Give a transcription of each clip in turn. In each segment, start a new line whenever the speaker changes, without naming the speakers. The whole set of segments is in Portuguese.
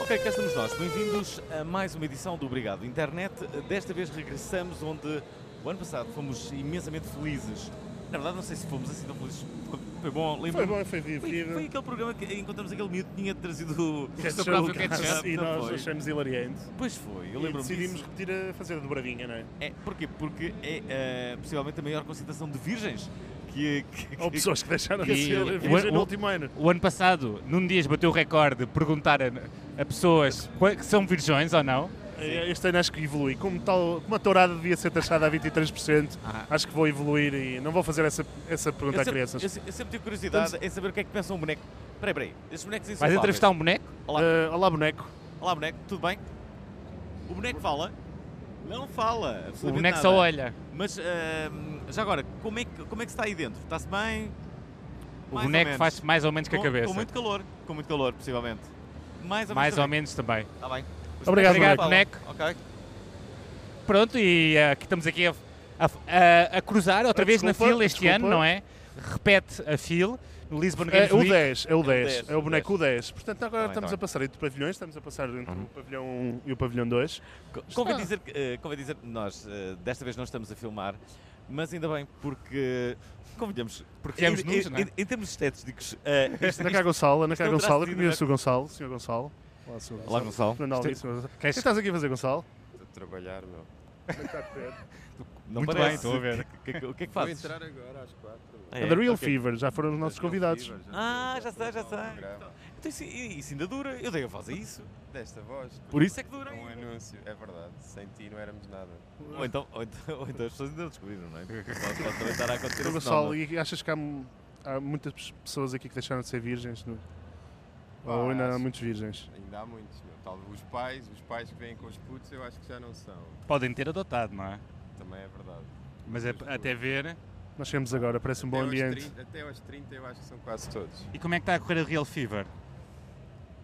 Ok, cá estamos nós. Bem-vindos a mais uma edição do Obrigado Internet. Desta vez regressamos onde o ano passado fomos imensamente felizes. Na verdade, não sei se fomos assim tão felizes. Foi bom,
Foi
lembro-me.
bom, foi
Foi,
divertido.
foi aquele programa que encontramos aquele miúdo que tinha trazido
Ketchup.
o próprio
E
ketchup. não
nós
foi?
achamos hilariante.
Pois foi, eu
E
lembro-me
decidimos
disso.
repetir a fazer a dobradinha, não é?
É, porquê? Porque é eh, possivelmente a maior concentração de virgens que... que,
Ou
que-
pessoas que deixaram
E-
de ser
o-
virgem no
o-
último ano.
O ano passado, num dias bateu o recorde de perguntar a, a pessoas qua- que são virgões ou não.
É
Este ano acho que evolui. Como, tal, como a tourada devia ser taxada a 23%,
Ah.
acho que vou evoluir e não vou fazer essa, essa pergunta
Eu
a
sempre,
crianças.
eu se- eu sempre tive curiosidade em saber o que é que pensa um boneco. Peraí, peraí, estes bonecos
Vais
insufláveis.
entrevistar um boneco?
Olá,
Ah, olá, boneco.
Olá, boneco, tudo bem? O boneco fala? Não fala.
O
absolutamente
boneco
nada.
só olha.
Mas ahm, já agora, como é, que, como é que se está aí dentro? Está-se bem?
O
Mais ou
boneco
menos.
faz mais ou menos com a
Com
cabeça.
muito calor, com muito calor, possivelmente. Mais ou menos.
Mais ou
também.
menos também.
Está bem. Os
Obrigado,
bonecos
boneco.
falam. Ok.
Pronto, e ah, aqui estamos aqui a, a- a- a cruzar outra
Ah,
vez na
desculpa,
fila este
desculpa.
ano, não é? Repete a fila no Lisbon Games
É o
Week.
10, é o 10,
dez,
é
o
o boneco o 10. Portanto, agora
Tá bem, tá
estamos
bem. Uhum.
a passar entre pavilhões, estamos a passar entre o pavilhão 1 e o pavilhão 2.
Co- Convém
Está.
dizer, que, eh, convém dizer que nós, eh, desta vez, não estamos a filmar, mas ainda bem, porque. Convenhamos, porque
Fizemos
em,
números,
em-
não é?
em- em termos estéticos, eh, isto,
Ana Cá
isto,
Gonçalo, Ana Cá
isto é um
Gonçalo, eu
traço de
conheço o Gonçalo, Sr. Gonçalo. Olá, Sr.
Olá, Gonçalo.
Fernando Alves, Sr. Gonçalo. O que é que estás aqui a fazer, Gonçalo?
A trabalhar, meu.
não
Muito
parece.
bem, estou a ver.
O que, que- o que é que
Vou
fazes?
entrar agora às quatro.
Ah,
A
é?
The Real
Ok.
Fever, já foram os nossos convidados.
Ah, já sei, já sei. Então, isso, isso ainda dura, eu dei a voz a isso.
Desta voz.
Por isso é que dura.
É Um anúncio, é verdade. Sem ti não éramos nada.
Ou então, ou então, ou então as pessoas ainda não descobriram, não é? Pode, pode também estar a acontecer
Sr.
esse
Gonçalo,
fenómeno.
e achas que há, mu- há muitas pessoas aqui que deixaram de ser virgens? no-
Ah,
Ou ainda há
acho-
muitos virgens?
Ainda há muitos, meu. Talvez os pais, os pais que vêm com os putos, eu acho que já não são.
Podem ter adotado, não é?
Também é verdade.
Mas é, até ver.
Nós chegamos agora, parece um bom
até
ambiente.
Aos 30, até aos 30 eu acho que são quase todos.
E como é que está a correr a Real Fever?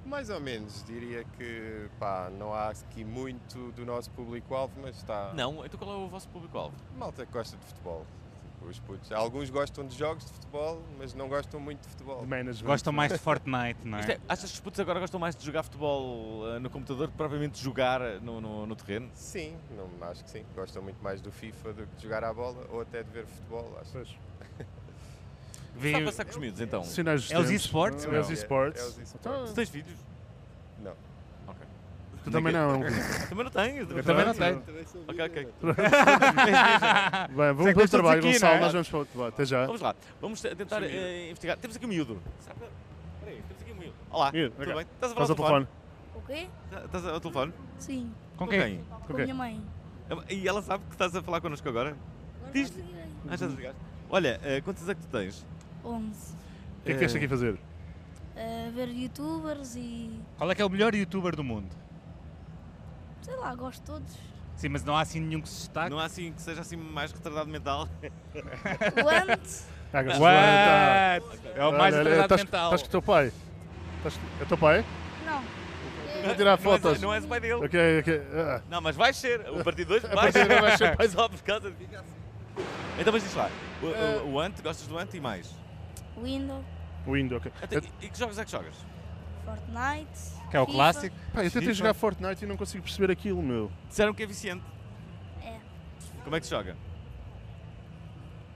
Mais ou menos, diria que pá, não há aqui muito do nosso público-alvo, mas está.
Não, então qual é o vosso público-alvo?
Malta que gosta de futebol. Tipo, os putos. Alguns gostam de jogos de futebol, mas não gostam muito de futebol.
De management.
Gostam mais de Fortnite, não
Isto
é?
é, achas que os putos agora gostam mais de jogar futebol eh, no computador que propriamente de jogar eh, no, no, no terreno?
Sim, não, Hum, acho que sim. Gostam muito mais do FIFA do que de jogar à bola ou até de ver futebol, acho.
Pois.
O que Está a
Vê-
passar com os miúdos então? Se
Sinais dos
É os
tempos.
esportes,
É
meu.
os esports.
É os
Ah.
Então,
tens filhos?
Não.
Tu também não.
Também não tenho.
Eu
também não
tenho.
Ok, ok.
Bem, vamos
Sei que
para o
nós
trabalho,
estamos aqui,
Gonçalo.
não é?
Nós vamos para o trabalho. Até já.
Vamos lá, vamos te- tentar eh, investigar. Temos aqui um miúdo. Será que- Peraí, temos aqui um miúdo. Olá,
Miúdo,
tudo
ok.
bem? Estás a falar
Estás ao telefone.
O quê?
telefone? Estás ao telefone?
Sim,
Com quem?
com
Ok.
a minha mãe.
E ela sabe que estás a falar connosco agora? Diz- Ah, já desligaste? Olha, eh, quantos é que tu tens? Eh,
11.
O que é que vieste aqui fazer?
A ver youtubers e.
Qual é que é o melhor youtuber do mundo?
sei lá, gosto de todos.
Sim, mas não há assim nenhum que se destaque.
Não há assim que seja assim mais retardado mental?
O Ant,
Ah, gosto de- Ah,
What? É o
tá.
mais
Olha,
atrasado
estás-
mental.
Estás com o teu pai? Estás com- É o teu pai?
não.
Vou
É,
tirar
Não és-
fotos.
Não és o pai dele.
Ok, ok. Ah.
Não, mas vais ser. O partido 2 vai ser. Vai ser mais óbvio por causa de Então, mas diz lá. O, o, o Ant, gostas do Ant e mais?
o Windows,
Windows, ok.
Até- e, e que jogos é que jogas?
Fortnite.
Que é o
FIFA.
clássico.
Pá, eu tentei
FIFA.
jogar Fortnite e não consigo perceber aquilo, meu.
Disseram que é viciante.
É,
Como é que se joga?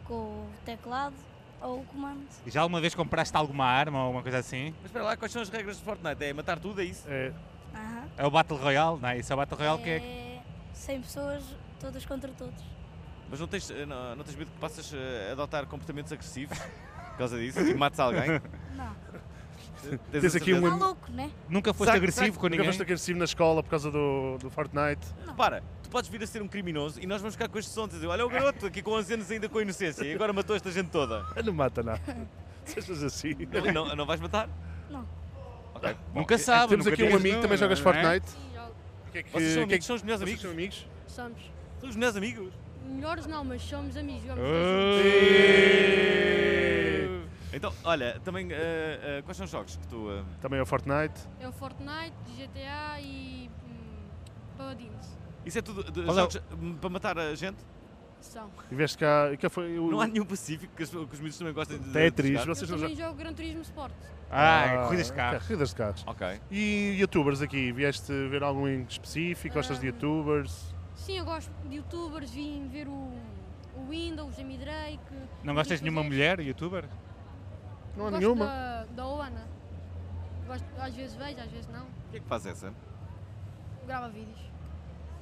com o teclado ou o comando.
E Já alguma vez compraste alguma arma ou alguma coisa assim?
Mas espera lá, quais são as regras de Fortnite? É matar tudo, é isso?
É,
Aham.
É o Battle Royale? Não, é? isso é o Battle Royale que é...
É 100 pessoas, todas contra todos.
Mas não tens, eh, não, não tens medo que passas eh, a adotar comportamentos agressivos? Por causa disso? E que mates alguém?
Não.
Tens,
Tens
a
aqui um
certeza?
Maluco, né?
Nunca foste
Saco,
agressivo
saco,
com
Nunca
ninguém?
foste agressivo na escola por causa do, do Fortnite.
Repara, tu podes vir a ser um criminoso e nós vamos ficar com estes sons a dizer olha o garoto aqui com 11 anos ainda com a inocência e agora matou esta gente toda.
Não mata nada. Sejas assim.
Não, não vais matar?
Não.
Ok. Bom,
Nunca sabes.
Temos
nunca
aqui um
tens-
amigo que também
não,
jogas
não é?
Fortnite.
Sim, jogo.
O Que, é que,
Vocês são
o que é
amigos?
que-
São os melhores
vocês
amigos?
são amigos?
Somos.
São os melhores amigos?
Melhores não, mas somos amigos. Jogamos
Ah.
todos juntos.
Ei!
Então, olha, também, eh, eh, quais são os jogos que tu... eh,
Também é o Fortnite.
É o Fortnite, GTA e. Hum, Paladins.
isso é tudo de-
Olha,
jogos hum, para matar a gente?
São.
Tiveste cá. que foi o
Não há
é-
nenhum pacífico que, as- que os miúdos também gostem de- de
Tetris.
jogar?
Vocês
eu
não
também
jogam.
jogo Gran Turismo Sport.
Ah, corridas de carro.
é, Corridas de carros.
Ok.
E youtubers aqui? Vieste ver algum em específico? Gostas de
Ah.
youtubers?
Sim, eu gosto de youtubers, vim ver o, o Windows, Jamie Drake.
Não gostas de nenhuma
fazer-
mulher, youtuber?
Não há
gosto
nenhuma.
Da, da Oana. Gosto, às vezes vejo, às vezes não.
O que é que faz essa?
Grava vídeos.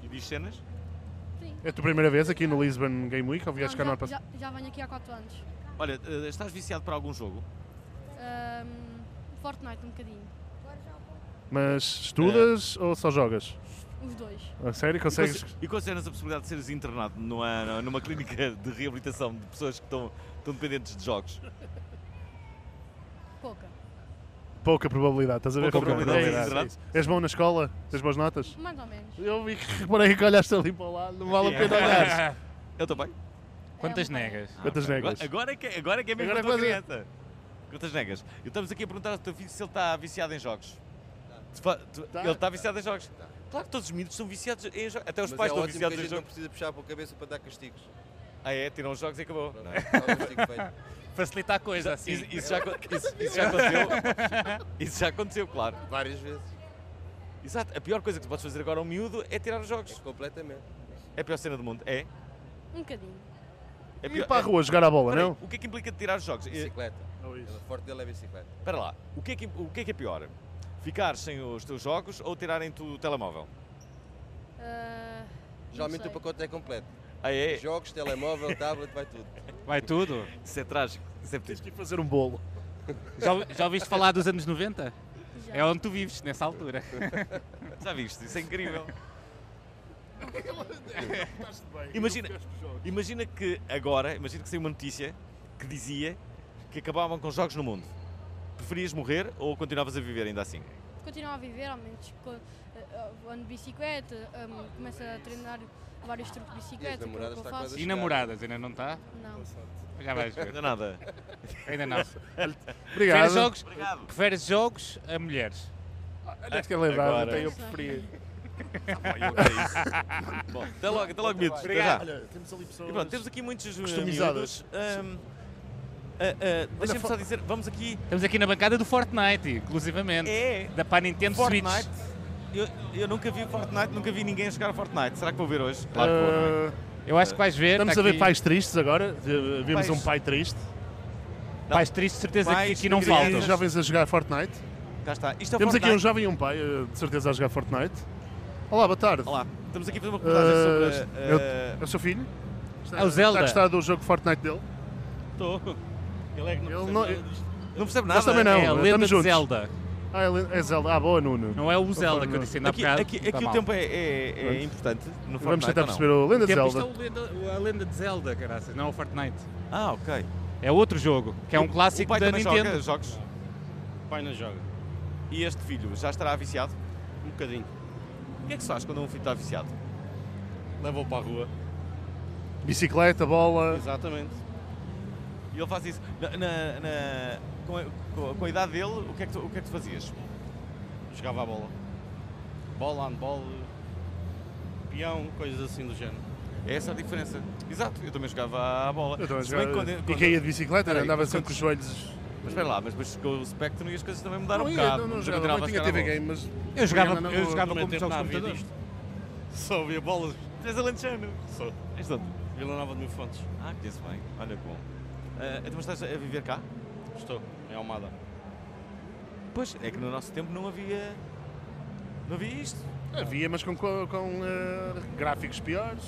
E diz cenas?
Sim.
É a tua primeira vez aqui no Lisbon Game Week ou vieste cá no
Não,
ano
já,
passado?
já, já venho aqui há 4 anos.
Olha, eh, estás viciado para algum jogo?
Ahm, Hum, Fortnite, um bocadinho.
Mas estudas ou só jogas?
Os dois.
A sério? Consegues?
E consi- E consideras a possibilidade de seres internado numa, numa clínica de reabilitação de pessoas que estão, estão dependentes de jogos?
Pouca.
Pouca probabilidade, estás a ver?
Pouca probabilidade,
É isso, é isso. És bom na escola? Tens boas notas?
Mais ou menos.
Eu vi que reparei que olhaste ali para o lado, não vale a pena olhar. Ah,
Eu também.
Quantas
É uma-
negas?
Quantas
ok.
negas?
Agora, agora é que, agora é que é mesmo
Agora
a tua
é que
criança. Quantas negas? Eu estamos aqui a perguntar ao teu filho se ele está viciado em jogos. Tu fa- tu-
Tá.
Ele está viciado em jogos? Claro que todos os miúdos são viciados em jogos. Até os
Mas
pais
é
estão
ótimo que a
viciados em
gente não
jogos.
precisa puxar para a cabeça para dar castigos.
Ah é, tiram os jogos e acabou.
Pronto, está o castigo feito.
Facilita a coisa,
Isso,
assim.
isso já, acon- isso- isso já aconteceu. Isso já aconteceu, claro.
Várias vezes.
Exato. A pior coisa que tu podes fazer agora a um miúdo é tirar os
É
jogos.
completamente.
É a pior cena do mundo. É.
Um bocadinho.
É
Ir
pior.
para a rua jogar a bola,
Espera aí,
não?
O que é que implica de tirar os jogos? Eh,
Bicicleta.
Não,
O forte dele é bicicleta.
Espera lá, o que, é que, o que é que é pior? Ficar sem os teus jogos ou tirarem-te o telemóvel?
Ah, não
Geralmente
sei.
o pacote é completo.
Ah, é?
Jogos, telemóvel, tablet, vai tudo.
Vai tudo.
Isso é trágico. Isso é
Tens
petisco.
que ir fazer um bolo.
Já, ou- já ouviste falar dos anos 90?
Já.
É onde tu vives, nessa altura.
Já viste? Isso é incrível. Imagina, imagina que agora, imagina que saiu uma notícia que dizia que acabavam com jogos no mundo. Preferias morrer ou continuavas a viver ainda assim?
Continuo a viver, ao menos co- ah, ah, ando de bicicleta, ah, começo a treinar vários truques de bicicleta, que é o
namoradas
que eu
tá
está
faço.
quase
E namoradas, ainda não está?
Não.
Já vais ver.
Ainda nada.
Ainda não. Preferes
Obrigado.
jogos,
Obrigado.
preferes jogos a mulheres?
Ah, Olha que lembrava,
Agora. É
até eu preferia. Ah,
Ah,
Bom, até logo, até logo, miúdos. Até já.
é Olha, temos ali pessoas.
E pronto, temos aqui muitos eh,
Customizadas.
miúdos. Ahm, ah, ah, Deixem-me
fa-
só dizer, vamos aqui.
Estamos aqui na bancada do Fortnite, inclusivamente.
É,
Da para a Nintendo
Fortnite.
Switch.
Eu, eu nunca vi Fortnite, nunca vi ninguém jogar Fortnite. Será que vou é? ver hoje?
Ah,
Eu acho que vais ver.
Estamos
está
a ver
aqui.
pais tristes agora. De- Vimos
Pais-
um pai triste.
Pais tristes, certeza que
Pais,
aqui não
crianças.
E
faltam.
jovens a jogar Fortnite.
Cá está. Isto é
Temos aqui um
Fortnite.
jovem e um pai, eh, de certeza, a jogar Fortnite. Olá, boa tarde.
Olá, estamos aqui a fazer uma
Eh,
reportagem sobre.
eu-
eh,
É o seu filho? Está,
É o Zelda.
Está a gostar do jogo Fortnite dele?
estou. Ele é que
Ele não-
não percebe nada.
Nós também não.
é a
estamos
lenda de
juntos.
Zelda.
Ah, ele- é Zelda. Ah, boa, Nuno.
Não é o Zelda que eu disse ainda há
Aqui,
bocado.
aqui,
Tá
aqui o
mal.
tempo é, é- é importante. No
Vamos
Fortnite,
tentar
ou não?
perceber o Lenda
O tempo
Zelda.
está o lenda- a lenda de Zelda, caraças, não é o Fortnite.
Ah, ok.
É outro jogo, que é um
o
clássico
pai
da
também
Nintendo.
joga jogos.
O pai não joga.
E este filho já estará viciado?
Um bocadinho.
O que é que se faz quando um filho está viciado?
Leva-o para a rua.
Bicicleta, bola.
Exatamente.
E ele faz isso. Na, na- na- com, a, com a- com a idade dele, o que é que tu, o que é que tu fazias?
Jogava a bola. Bola, handball, peão, coisas assim do género.
É essa a diferença. Exato, eu também jogava à bola.
Eu também
Se bem que
jogava-
quando- é-
E
quando-
caía de bicicleta,
Peraí,
andava
quando-
sempre com os joelhos.
Mas espera lá, mas depois chegou o Spectrum e as coisas também mudaram
não,
um
ia,
bocado.
não, não
Já
jogava.
continuava
Não
a
tinha
jogar
TV
a bola.
Game, mas.
Eu jogava,
Não,
eu
não,
jogava
não
como
teve
jogos
nada
de
a ver
computador.
disto. Só via bolas.
Tu és alentejano.
Sou.
És de onde?
Vila Nova de Mil Fontes.
Ah, conheço bem. Olha que bom. Ah, então mas estás a viver cá?
Estou. Em Almada.
Pois, é que no nosso tempo não havia... Não havia isto.
Havia, mas com, com, com, eh, gráficos piores.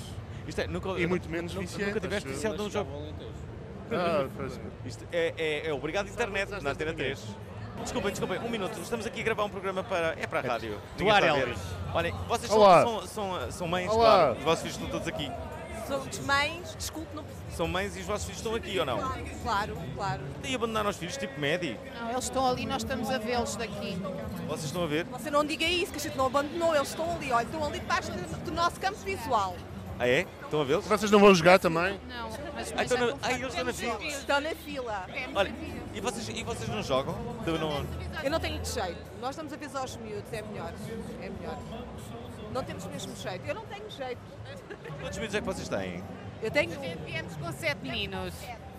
Isto é, nunca,
E muito menos
nunca,
viciante,
nunca tiveste
acho eu.
viciado num jogo.
Ah, pois.
Isto é, é, é obrigado internet,
Só
na Antena
precisaste
3. Desculpem, desculpem, um minuto. Estamos aqui a gravar um programa para. É para a rádio. Ninguém
Tuar
está a ver.
Elvis.
Olhem, vocês são,
Olá.
são, são, são mães,
Olá.
claro. Os vossos filhos estão todos aqui.
Somos mães, desculpe, não percebi.
São mães e os vossos filhos estão aqui ou não?
Claro, claro.
E abandonaram os filhos, tipo médio.
Não, eles estão ali, nós estamos a vê-los daqui.
Vocês estão a ver?
Você não diga isso, que a gente não abandonou, eles estão ali, olha, estão ali debaixo do, do nosso campo visual.
Ah, é? Estão a vê-los?
Vocês não vão jogar também?
Não, mas,
Ah,
mas
então
já É
não-
estão
ah, eles estão na fila.
Estão na fila.
Olha, e vocês, e vocês não jogam? Então não-
Eu não tenho jeito. Nós estamos a avisar aos miúdos, é melhor. É melhor. Não temos mesmo jeito. Eu não tenho jeito.
Quantos minutos é que vocês têm?
Eu tenho um.
Viemos com sete meninos.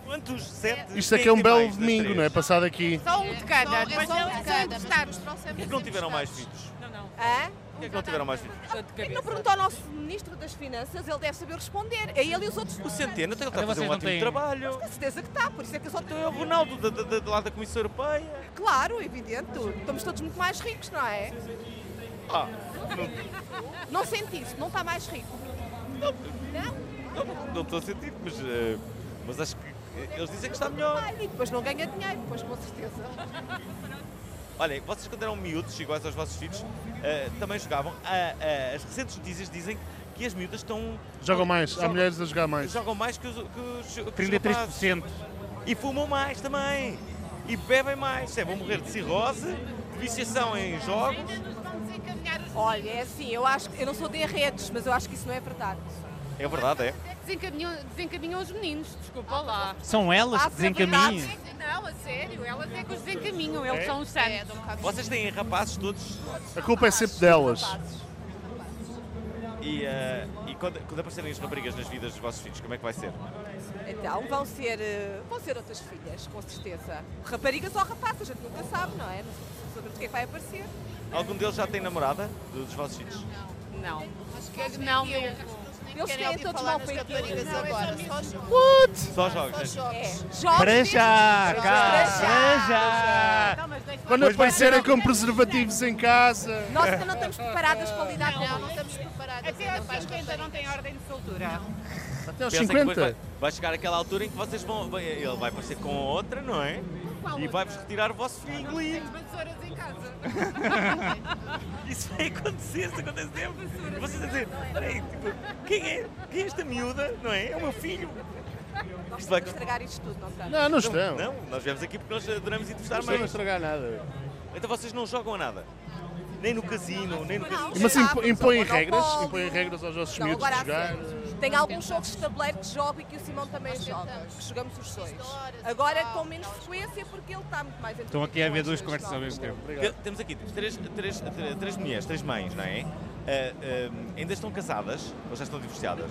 Quantos? Sete?
Isto aqui
Quem
é um
tem
belo
mais das
domingo,
três?
não é? Passado aqui.
Só um de cada, depois
só um
eles
de
são
cada, mas
emprestados.
Porquê
assim
que não tiveram mais filhos?
Hã?
Porquê que não tiveram mais filhos?
Por que Não perguntou ao nosso Ministro das Finanças, ele deve saber responder. É ele e os outros.
O Centeno tem que estar a
Então
fazer um
vocês não
ótimo
têm-
trabalho.
Com certeza que está, por isso é que eu só
Então é o
tenho.
Ronaldo da, da, da- lá da Comissão Europeia.
Claro, evidente. Estamos todos muito mais ricos, não é?
Ah,
Não sente isso, não está mais rico.
não- não estou a sentir, mas, eh, mas acho que eh, eles dizem que está melhor.
Ai, e depois não ganha dinheiro, depois com certeza.
Olhem, vocês quando eram miúdos, iguais aos vossos filhos, eh, também jogavam. Ah, ah, as recentes notícias dizem que as miúdas estão.
Jogam mais, há
Jogam-
mulheres a jogar mais.
Jogam mais que os, que os, que os rapazes.
33%.
E fumam mais também. E bebem mais. É, vão morrer de cirrose, de viciação em jogos.
Olha, é assim, eu acho que eu não sou de redes, mas eu acho que isso não é verdade.
É verdade, é.
Desencaminhou, desencaminhou os meninos, desculpa lá.
São elas
Ah,
que
se é
desencaminham.
verdade.
Não, a sério, elas é que os encaminham,
É?
eles são os santos.
Vocês têm rapazes todos.
A culpa é sempre delas.
E, eh, e quando, quando aparecerem as raparigas nas vidas dos vossos filhos, como é que vai ser?
Então vão ser, eh, vão ser outras filhas, com certeza. Raparigas ou rapazes, a gente nunca sabe, não é? Não sabemos quem vai aparecer.
Algum deles já tem namorada do- dos vossos filhos?
Não. Não mesmo.
Eles têm todos mal feitios.
agora, só
Só jogos, né?
É, jogos
Para
mesmo.
já,
Jogos
cá,
para já.
para já.
Quando aparecerem com preservativos em casa.
Nós ainda não estamos preparadas para lidar com
não estamos preparados. Até aos 50 não tem ordem de soltura.
Até aos
Pensem que depois
50.
vai, vai chegar aquela altura em que vocês vão. vai- Ele vai aparecer com outra, não é? E vai-vos retirar o vosso filho lindo.
Tesouras em casa.
Isso vai acontecer, isso acontece sempre. Vocês vão dizer, peraí, tipo, quem é, quem é esta miúda, não é? É o meu filho. Isto vai acontecer.
estragar isto tudo, não estamos.
Não, não
Não,
estão. Não
não, nós viemos aqui porque nós adoramos entrevistar
estão a
mães.
estragar nada.
Então vocês não jogam a nada. Nem no casino, nem no casino.
Mas impo- impõem
Monopólio.
regras, impõem regras aos nossos
Não,
miúdos
agora
de
a
jogar.
sério. Tem alguns jogos de tabuleiro que jogo e que o Simão também joga. que Jogamos os dois. Agora com menos frequência porque ele está muito mais
Estão aqui a ver duas
duas
conversas ao mesmo tempo.
Te- Temos aqui três, três, três, três mulheres, três mães, não é? Ah, ah, ainda estão casadas ou já estão divorciadas?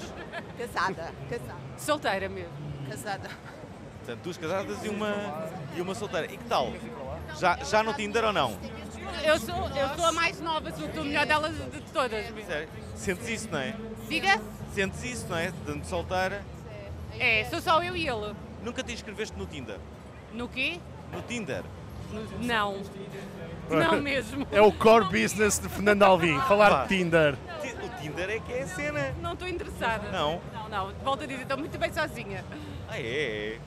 Casada, casada.
Solteira mesmo.
Casada.
Portanto, duas casadas e uma, e uma solteira. E que tal? Já, já no Tinder ou não?
Eu sou, eu sou a mais nova, sou sou a melhor delas de todas. mesmo.
Sério? Sentes isso, não é?
Diga?
Sentes isso, não é? Tanto solteira.
É, sou só eu e ele.
Nunca te inscreveste no Tinder?
No quê?
No Tinder?
No- Não. Não mesmo.
É o core business de Fernando Alvim, falar
Pá.
de Tinder.
Ti- O Tinder é que é a cena.
Não estou interessada.
Não?
Não, não. Volto a dizer, estou muito bem sozinha.
Ah, é? é.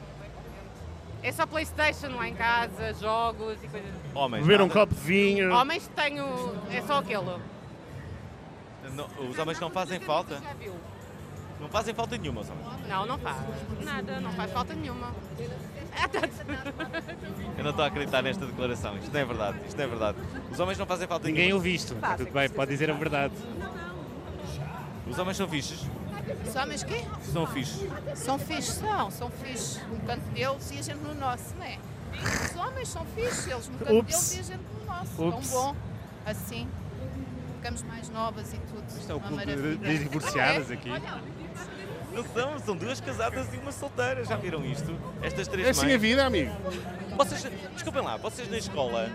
É só Playstation lá em casa, jogos e coisas.
Homens.
Beber um
nada.
copo de vinho.
Homens tenho... é só aquele.
Não, os homens não fazem falta?
Já viu?
Não fazem falta nenhuma, os homens.
Não, não faz. Nada, não faz falta nenhuma. Ah, tá
Eu não estou a acreditar nesta declaração. Isto não é verdade. Isto não é verdade. Os homens não fazem falta
Ninguém
nenhuma.
ouve isto. Tudo bem, pode dizer a verdade.
Os homens são fixes.
Os homens quê?
São fixes.
São fixos, são, são fixos. Um canto deles e a gente no nosso, não é? Os homens são fixos, eles no canto
Ups.
deles e a gente no nosso.
Ups.
Tão bom, assim. Ficamos mais novas e tudo.
Isto é o
Uma
clube de-
maravilha.
das divorciadas
Não é?
aqui.
Não são, são duas casadas e uma solteira. Já viram isto? Estas três
É assim a
mães.
vida, amigo.
Vocês, desculpem lá, vocês na escola.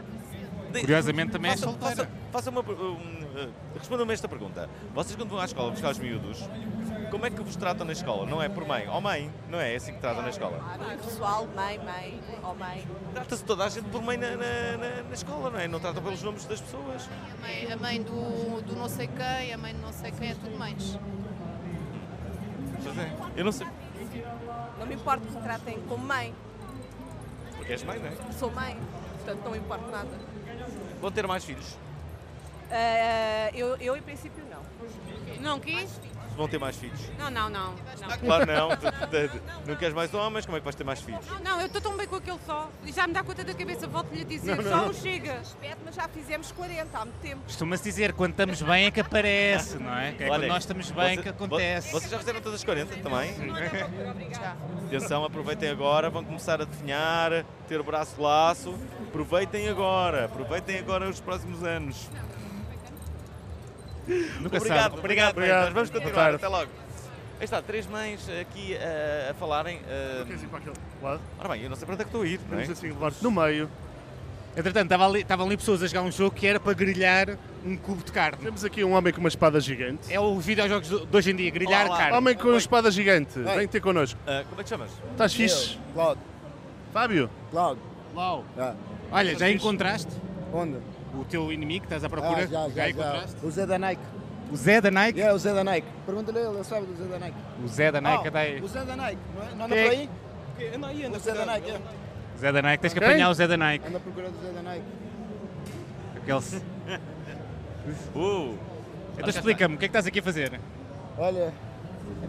de-
Curiosamente também é
façam-
solteira.
façam- façam uma. per- Um, eh, Respondam-me esta pergunta. Vocês, quando vão à escola buscar os miúdos, como é que vos tratam na escola? Não é por mãe? Ó mãe, não é? É assim que tratam na escola.
Claro, pessoal, mãe, mãe, oh mãe.
Trata-se toda a gente por mãe na, na- na- na escola, não é? Não tratam pelos nomes das pessoas.
A mãe, a mãe do, do não sei quem, a mãe do não sei quem, é tudo mães.
Pois é. Eu não sei.
Não me importa que me tratem como mãe,
Porque és mãe, não é?
sou mãe. portanto não importa nada.
Vão ter mais filhos?
Ah, eu, eu, em princípio, não.
Não quis?
Vão ter mais filhos?
Não, não, não. Não,
Claro não. Tu- tu- tu- Não queres mais homens? Como é que vais ter mais filhos?
não, não, eu estou tão bem com aquele só. E já me dá conta da cabeça, volto-lhe a dizer,
Não, não,
só
não.
o chega.
Espero, mas já fizemos 40 há muito tempo.
Costuma-se dizer, quando estamos bem é que aparece, não é? Que é
Olha,
quando nós estamos bem
você-
que acontece.
Vocês já fizeram todas as 40 também?
Já.
Atenção, aproveitem agora, vão começar a definhar, ter o braço laço. Aproveitem agora, aproveitem agora os próximos anos.
Nunca
obrigado,
sabe.
obrigado,
Obrigado.
mães. Nós vamos
Boa
continuar,
tarde.
até logo. Aí está, três mães aqui eh, a falarem. eh,
Lado.
Ora bem, eu não sei para onde é que estou a ir, não é?
Vamos assim, levar-te no meio.
Entretanto, estava ali- estavam ali, pessoas a jogar um jogo que era para grelhar um cubo de carne.
Temos aqui um homem com uma espada gigante.
É o videojogos do- de hoje em dia, grelhar
Olá,
carne.
Homem com uma espada gigante.
Oi.
Vem ter connosco.
Ah, como é que chamas?
Estás fixe?
Cláudio.
Fábio?
Cláudio.
Uau.
Já.
Olha, já encontraste
É. Onde?
o teu inimigo que estás à procura?
Ah, já, já, já.
encontraste?
O Zé da Nike.
O Zé da Nike?
É, o Zé da Nike. Pergunta-lhe ele, ele sabe do Zé da Nike.
O Zé da Nike é está aí.
O Zé da Nike, não é? Não anda
Quem é
por
que-
aí? Anda aí, anda O Zé da Nike, é.
Zé da Nike, tens que
Ok.
apanhar o Zé da Nike.
Anda à procura do Zé da Nike.
Aquele...
uh.
Então explica-me, o que é que estás aqui a fazer?
Olha,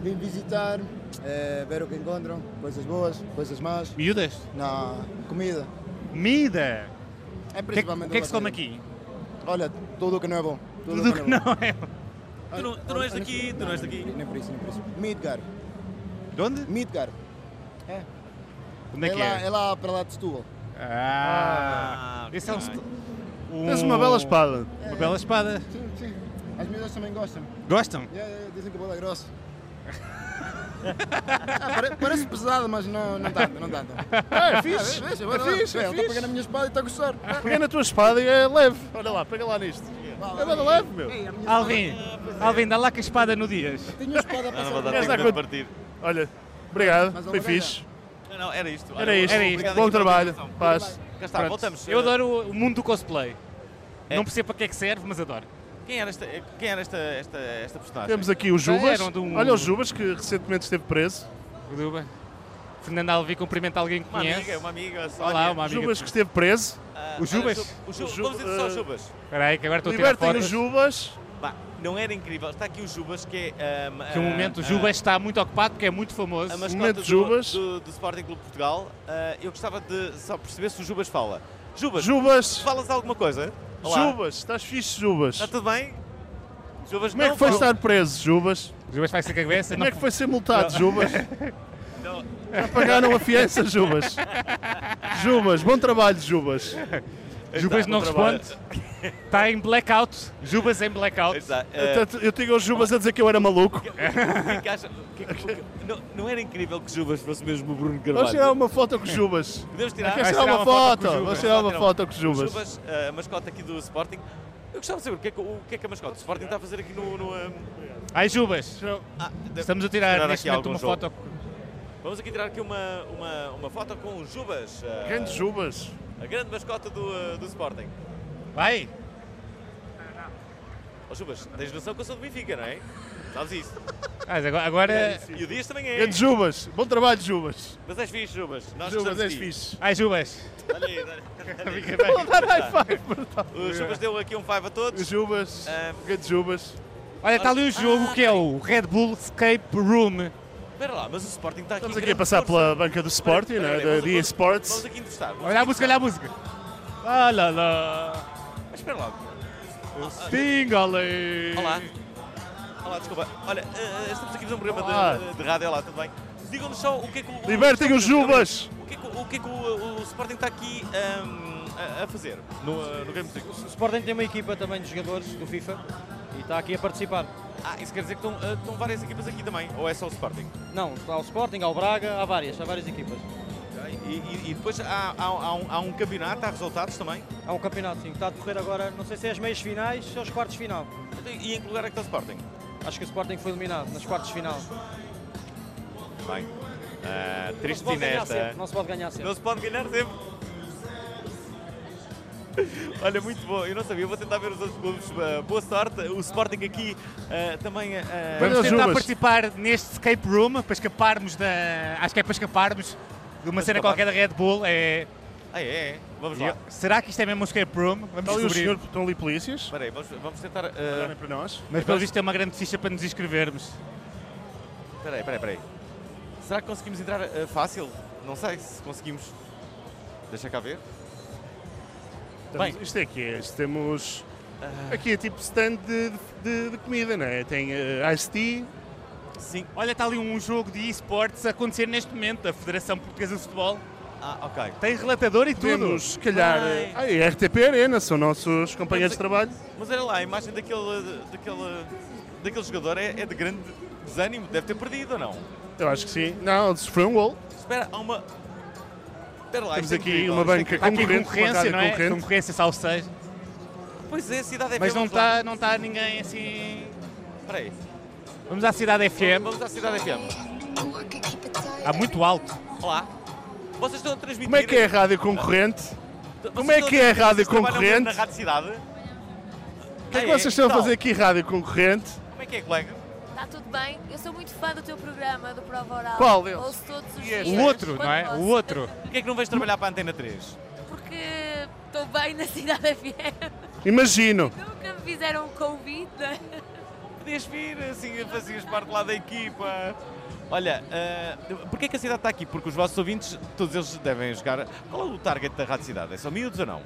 vim visitar, eh, ver o que encontram, coisas boas, coisas más.
Miúdas?
Não, comida.
Comida?
É
O que é que-
principalmente
o que é que se come
batida.
aqui?
Olha, tudo o que não é bom.
Tudo
o
que não é
bom.
Tu não- tu não és daqui, tu não és daqui.
Nem por isso, nem por isso. Midgar.
De onde?
Midgar. É.
Onde é que
lá,
é?
É lá para lá de Setúbal.
Ah,
Ah,
esse é um...
ok.
st- um-
Tens uma bela espada.
Uma bela espada.
É, Sim, sim. As miúdas também gostam.
Gostam?
Yeah, yeah, dizem que a bola é grossa. Ah, pare- parece pesada, mas não, não tanto, não tanto.
É, é fixe,
Ah, veja,
é
olha lá.
fixe, é
Ele está a
fixe.
pegar na minha espada e está a gostar.
Peguei na tua espada e é leve. Olha lá, pega lá nisto. É nada leve, meu.
Alvin,
tá
Alvin, dá lá com a espada no Dias.
Tenho a espada
Não, não vou dar
Queres dar
tempo de
conta?
partir.
Olha, obrigado,
Mas,
foi
obrigado.
fixe.
Não, não, era isto.
Era isto. Era isto.
Era isto. Obrigado
Bom
aqui pela
trabalho.
atenção.
Paz.
Cá está,
Pronto.
voltamos.
Eu adoro o- o mundo do cosplay. Não percebo para que é que serve, mas adoro.
Quem era esta, quem era esta, esta, esta personagem?
Temos aqui o Jubas.
Eram de um-
Olha o Jubas que recentemente esteve preso.
Corduba. Fernando Alvi cumprimenta alguém que
Uma
conhece.
amiga, uma amiga. a Sónia.
Olá, uma amiga.
Jubas que esteve preso.
Ah,
O é Jubas?
olha, o Ju- ah, o Ju- Vamos dizer só
eh,
Jubas.
Espera aí, que agora estou a tirar
Libertem o
fotos.
Jubas.
Bah, não era incrível. Está aqui o Jubas, que é. ahm,
Que no
ah,
momento o
ah,
Juba está muito ocupado porque é muito famoso.
a mascota do, Do, do Sporting Clube de Portugal. Ah, eu gostava de só perceber se o Jubas fala. Jubas,
Jubas.
falas alguma coisa? Olá.
Jubas, estás fixe, Jubas.
Está tudo bem? Jubas,
Como é
não
que foi
fala-
estar preso, Jubas?
Jubas vai ser cabeça.
Como é que foi ser multado,
Não.
Jubas? Já pagaram a fiança, Jubas. Jubas, bom trabalho, Jubas.
Jubas
Está,
não
bom trabalho.
responde. Está em blackout. Jubas em blackout. É.
Portanto, eu tinha os Jubas a dizer que eu era maluco.
O que é que acha- o que é que- o que- não, não era incrível que Jubas fosse mesmo o Bruno Carvalho?
Vamos tirar uma foto com os Jubas. Ah,
Podemos tirar?
Queres tirar uma foto? Vamos tirar uma foto com os
O
Jubas.
Jubas, eh, a mascota aqui do Sporting. Eu gostava de saber o que é que, o que, é que a mascota do Sporting está a fazer aqui no... no um,
Ai, Jubas.
ah, de-
Estamos a tirar neste
aqui
momento
algum
uma
jogo.
foto.
Vamos aqui tirar aqui uma, uma, uma foto com o Jubas. ah,
Grande Jubas.
A grande mascota do, ah, do Sporting.
Vai.
Ó Jubas, tens noção que eu sou do Benfica, não é? Sabes isso?
Mas agora, agora...
E o Dias também é.
Grande Jubas. Bom trabalho, Jubas.
Mas és fixe, Jubas. Nós
Jubas,
gostamos
és
de ti.
fixe.
Ai, Jubas.
Olha aí, olha aí.
Vou dar high five, brutal.
Tá. O Jubas deu aqui um five a todos. Ah,
Jubas. Grande Jubas.
Olha, está ali um jogo que é o Red Bull Escape Room.
Espera lá, mas o Sporting está aqui.
Estamos aqui
em
a
grande
passar
força.
pela banca do Sporting,
Espera,
né,
espera,
da
vamos-
EA Sports.
Vamos aqui entrevistar. Vamos
Olha a música, olha a música. Ah, lá, lá.
aqui- Ah, Espera lá.
Stingale.
Olá. Olá, desculpa. Olha, eh, estamos aqui a fazer
Olá.
um programa de, de rádio. Olá, tudo bem? Digam-nos só o que é que o.
Libertem os Jubas.
O que é que, o, o que é que o- o Sporting está aqui ahm, a- a fazer no, ah, no Game Music?
O Sporting tem uma equipa também de jogadores do FIFA e está aqui a participar.
Ah, isso quer dizer que estão, ah, estão várias equipas aqui também, ou é só o Sporting?
Não, está o Sporting, há o Braga, há várias, há várias equipas.
E, e- e depois há, há- há um, há um campeonato, há resultados também?
Há um campeonato, sim, que está a decorrer agora, não sei se é as meias finais ou os quartos de final.
E em que lugar é que está o Sporting?
Acho que o Sporting foi eliminado nas quartas de final.
Bem, ah, triste
não se pode ganhar
nesta.
sempre, não se pode ganhar sempre.
Não se pode ganhar sempre. Olha, muito bom. Eu não sabia. Eu vou tentar ver os outros clubes. Ah, Boa sorte. O Sporting aqui ah, também... ah,
Vamos tentar participar neste escape room para escaparmos da. Acho que é para escaparmos de uma cena
escaparmos?
qualquer da Red Bull. É...
Ah, é? Vamos
E
lá.
eu- será que isto é mesmo um escape room? Vamos
Está ali o
descobrir.
senhor-
estão ali polícias?
Espera aí, vamos, vamos tentar... eh,
Olharem para nós.
Mas pelo visto é uma grande ficha para nos inscrevermos.
Espera aí, espera aí, espera aí. Será que conseguimos entrar eh, fácil? Não sei se conseguimos. Deixa cá ver.
Bem, isto é que é, isto temos...
Ah.
Aqui é tipo stand de, de- de comida, não é? Tem uh, iced tea.
Sim.
Olha, está ali um jogo de esportes a acontecer neste momento, da Federação Portuguesa de Futebol.
Ah, ok.
Tem relatador e tudo.
Podemos, se calhar...
Bem.
Ah, e a RTP Arena, são nossos companheiros de trabalho.
Mas olha lá, a imagem daquele, daquele, daquele jogador é, é de grande desânimo. Deve ter perdido ou não?
Eu acho que sim. Não, sofreu um gol.
Espera, há uma... Espera lá,
Temos
isto é
aqui
incrível,
uma
isto é
banca
incrível.
concorrente, bancada
não é?
concorrente.
Concorrência, salve seja.
Pois é, Cidade FM.
Mas não
vamos lá.
está não tá ninguém assim...
Espera aí.
Vamos à Cidade
é?
FM.
Vamos à Cidade FM.
Há muito alto.
Olá. Vocês estão a transmitir...
Como é que é a rádio concorrente?
Vocês
Como é
estão
que é a
transmitir-
rádio
vocês trabalham
concorrente?
Na Rádio Cidade?
O que é que
Ah, é?
vocês estão a
Então,
fazer aqui, rádio concorrente?
Como é que é, colega?
Está Tá tudo bem? Eu sou muito fã do teu programa, do Prova Oral.
Qual deles?
Ouço todos os dias.
O outro,
quando
não é?
posso,
O outro. Porquê é que não vais trabalhar para a Antena 3?
Porque estou bem na Cidade FM.
Imagino.
Nunca me fizeram um convite.
Podias vir, assim, fazias parte lá da equipa. Olha, ah, porquê é que a cidade está aqui? Porque os vossos ouvintes, todos eles devem jogar. Qual é o target da Rádio Cidade? É só miúdos ou não?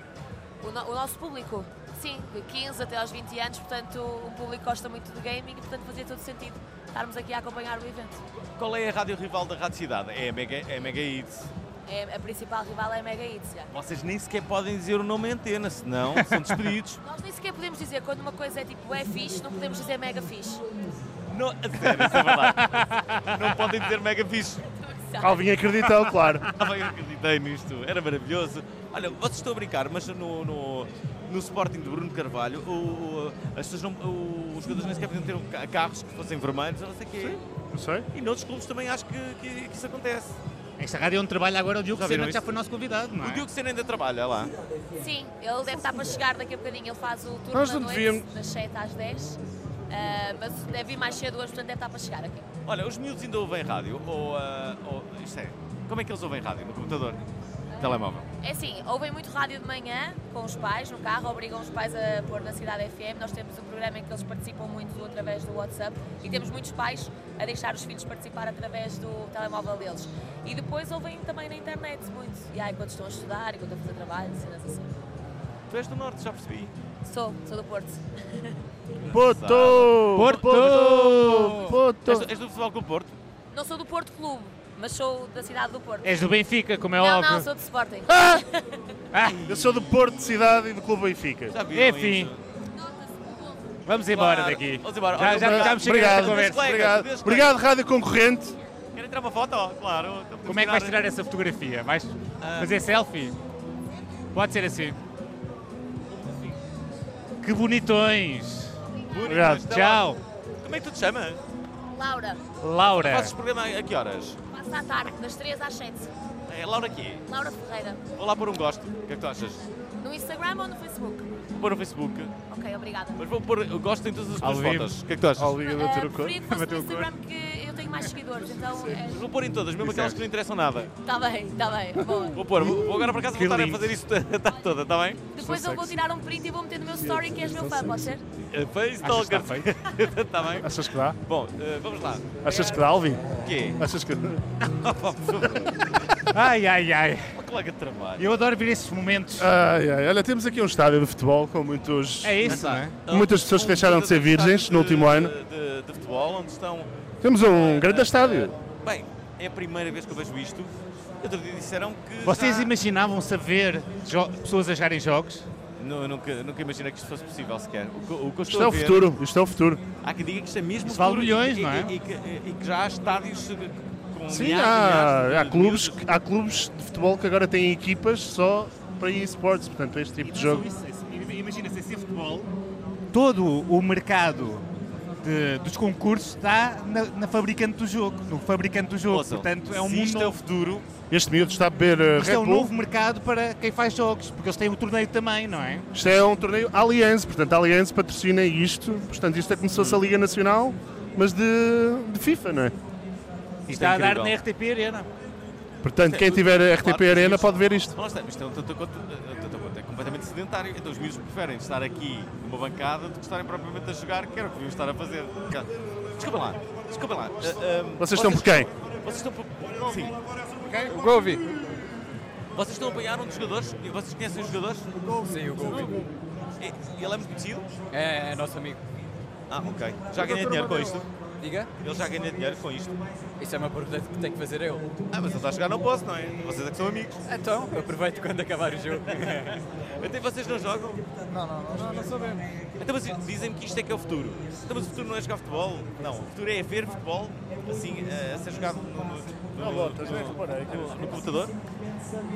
O, no- o nosso público, sim, de 15 até aos 20 anos, portanto, o público gosta muito de gaming, portanto, fazia todo sentido estarmos aqui a acompanhar o evento.
Qual é a rádio rival da Rádio Cidade? É a Mega, é a Mega Hits.
É, a principal rival é a Mega Hits. já.
Vocês nem sequer podem dizer o nome em antena, senão são despedidos.
Nós nem sequer podemos dizer quando uma coisa é tipo é fixe, não podemos dizer mega fixe.
não, a sério, isso é verdade. Não podem dizer Mega Fixe.
Alvin acreditou, claro.
Ah, eu acreditei nisto, era maravilhoso. Olha, vocês estão a brincar, mas no, no, no Sporting de Bruno Carvalho, o- o- as pessoas não, o- os jogadores nem sequer podiam ter ca- carros que fossem vermelhos, ou não sei o quê. Sim,
não sei.
E noutros clubes também acho que, que- que isso acontece.
Esta rádio é onde trabalha agora o Diogo
Já
Sena,
viram
que já
isso?
foi nosso convidado, não é?
O Diogo Sena ainda trabalha lá.
Sim, ele deve estar para chegar daqui a bocadinho, ele faz o turno
Nós
da
não
noite,
devíamos-
das 7 às 10, ah, mas deve ir mais cedo hoje, portanto deve estar para chegar aqui.
Olha, os miúdos ainda ouvem rádio, ou, ah, ou isto é, como é que eles ouvem rádio? No computador? Telemóvel.
É assim, ouvem muito rádio de manhã com os pais no carro, obrigam os pais a pôr na Cidade FM. Nós temos um programa em que eles participam muito através do WhatsApp e temos muitos pais a deixar os filhos participar através do telemóvel deles. E depois ouvem também na internet muito. E aí, quando estão a estudar, enquanto estão a fazer trabalho, cenas assim.
Tu és do Norte, já percebi.
Sou, sou do Porto.
Porto!
Porto!
Porto!
És, do- és do Futebol Clube Porto?
Não sou do Porto Clube, mas sou da cidade do Porto.
És do Benfica, como é
não,
óbvio. Ah!
Não, sou do Sporting.
Eu sou do Porto de Cidade e do Clube Benfica.
Enfim. Vamos embora daqui.
Vamos embora.
Já, já, já me chega
obrigado,
esta conversa.
obrigado. Obrigado, Rádio Concorrente.
Querem tirar uma foto? Claro.
Oh, Como é que vais tirar essa fotografia? Vais
Ah.
fazer selfie? Pode ser assim. Que bonitões.
Bonitões, até
Tchau.
Então, Como é que tu te chamas?
Laura,
Laura.
Fazes programa a que horas?
passa à tarde, das 3 às 7.
É Laura aqui.
Laura Ferreira.
Vou lá pôr um gosto. O que é que tu achas?
No Instagram ou no Facebook?
Vou pôr no Facebook.
Ok, obrigada.
Mas vou pôr o gosto em todas as
Ao
tuas
vivo.
fotos. O que é que tu achas?
Ao vivo, eu
Uh, preferido fosse no Instagram que eu tenho mais seguidores, então... é,
Vou pôr em todas, mesmo aquelas que não interessam nada.
Tá bem, tá bem, boa.
Vou pôr. Vou vou agora para casa
Que
voltar a
lindo.
fazer isso a tarde toda, está bem?
Depois eu vou tirar um print e vou meter no meu story que és meu fã, pode ser?
Eh, Face Stalker. Está Tá bem?
Achas que dá?
Bom, eh, vamos lá.
Achas que dá, Alvin?
O quê?
Achas que...
Ai, ai, ai.
Uma colega de trabalho.
Eu adoro ver esses momentos.
Ai, ai, olha, temos aqui um estádio de futebol com muitos...
É isso, não é?
Muitas pessoas que deixaram de ser virgens no último ano.
De, de futebol, onde estão.
Temos um grande estádio.
Bem, é a primeira vez que eu vejo isto. Outro dia disseram que.
Vocês
já-
imaginavam saber jo- pessoas a jogarem jogos?
Nu- nunca, nunca imaginei que isto fosse possível sequer. O que, o que eu estou
Isto é
a
o
ver-
futuro, isto é o futuro.
Há quem diga que isto é mesmo
Isso vale
futuro
milhões,
e,
não é?
E, e que, e que já há estádios eh, com
Sim,
milhares e
há, é
milhares
há, clubes, que- há clubes de futebol que agora têm equipas só para esportes, portanto, para este tipo de jogo.
é Imagina, sem ser futebol, todo o mercado de- dos concursos está na, na fabricante do jogo, no fabricante do jogo.
Ouçam,
Portanto, é um
se
mundo
isto é o futuro.
Este miúdo está a beber
eh,
uh,
Isto
Red
é um
Bull.
novo mercado para quem faz jogos, porque eles têm o torneio também, não é?
Isto é um torneio Allianz, portanto, a Allianz patrocina isto. Portanto, isto é como se fosse a Liga Nacional, mas de, de FIFA, não é?
E está a dar na RTP Arena.
Portanto, quem tiver a RTP
Claro, os
Arena
miúdos-
pode ver isto.
Lá está, isto é um tanto quanto- eh, tanto quanto, é completamente sedentário. Então os miúdos preferem estar aqui numa bancada do que estarem propriamente a jogar, que era o que deviam estar a fazer. Desculpa lá, desculpa lá. eh, ehm,
Vocês estão por quem?
Vocês estão por. Sim.
O Govi.
Vocês estão a apanhar um dos jogadores? Vocês conhecem os jogadores?
Sim, o Govi.
E- Ele é muito conhecido?
É, é nosso amigo.
Ah, ok. Já ganha dinheiro com isto?
Diga?
Ele já ganha dinheiro com isto.
Isso é uma pergunta que tenho que fazer eu.
Ah, mas ele está a jogar, não posso, não é? Vocês é que são amigos.
Então, aproveito quando acabar o jogo.
Até vocês não jogam?
Não, não, não, não, não sabemos.
Então, mas dizem-me que isto é que é o futuro. Então, mas o futuro não é jogar futebol? Não, o futuro é ver futebol assim, a, a ser jogado no, no, no, no- no- no computador?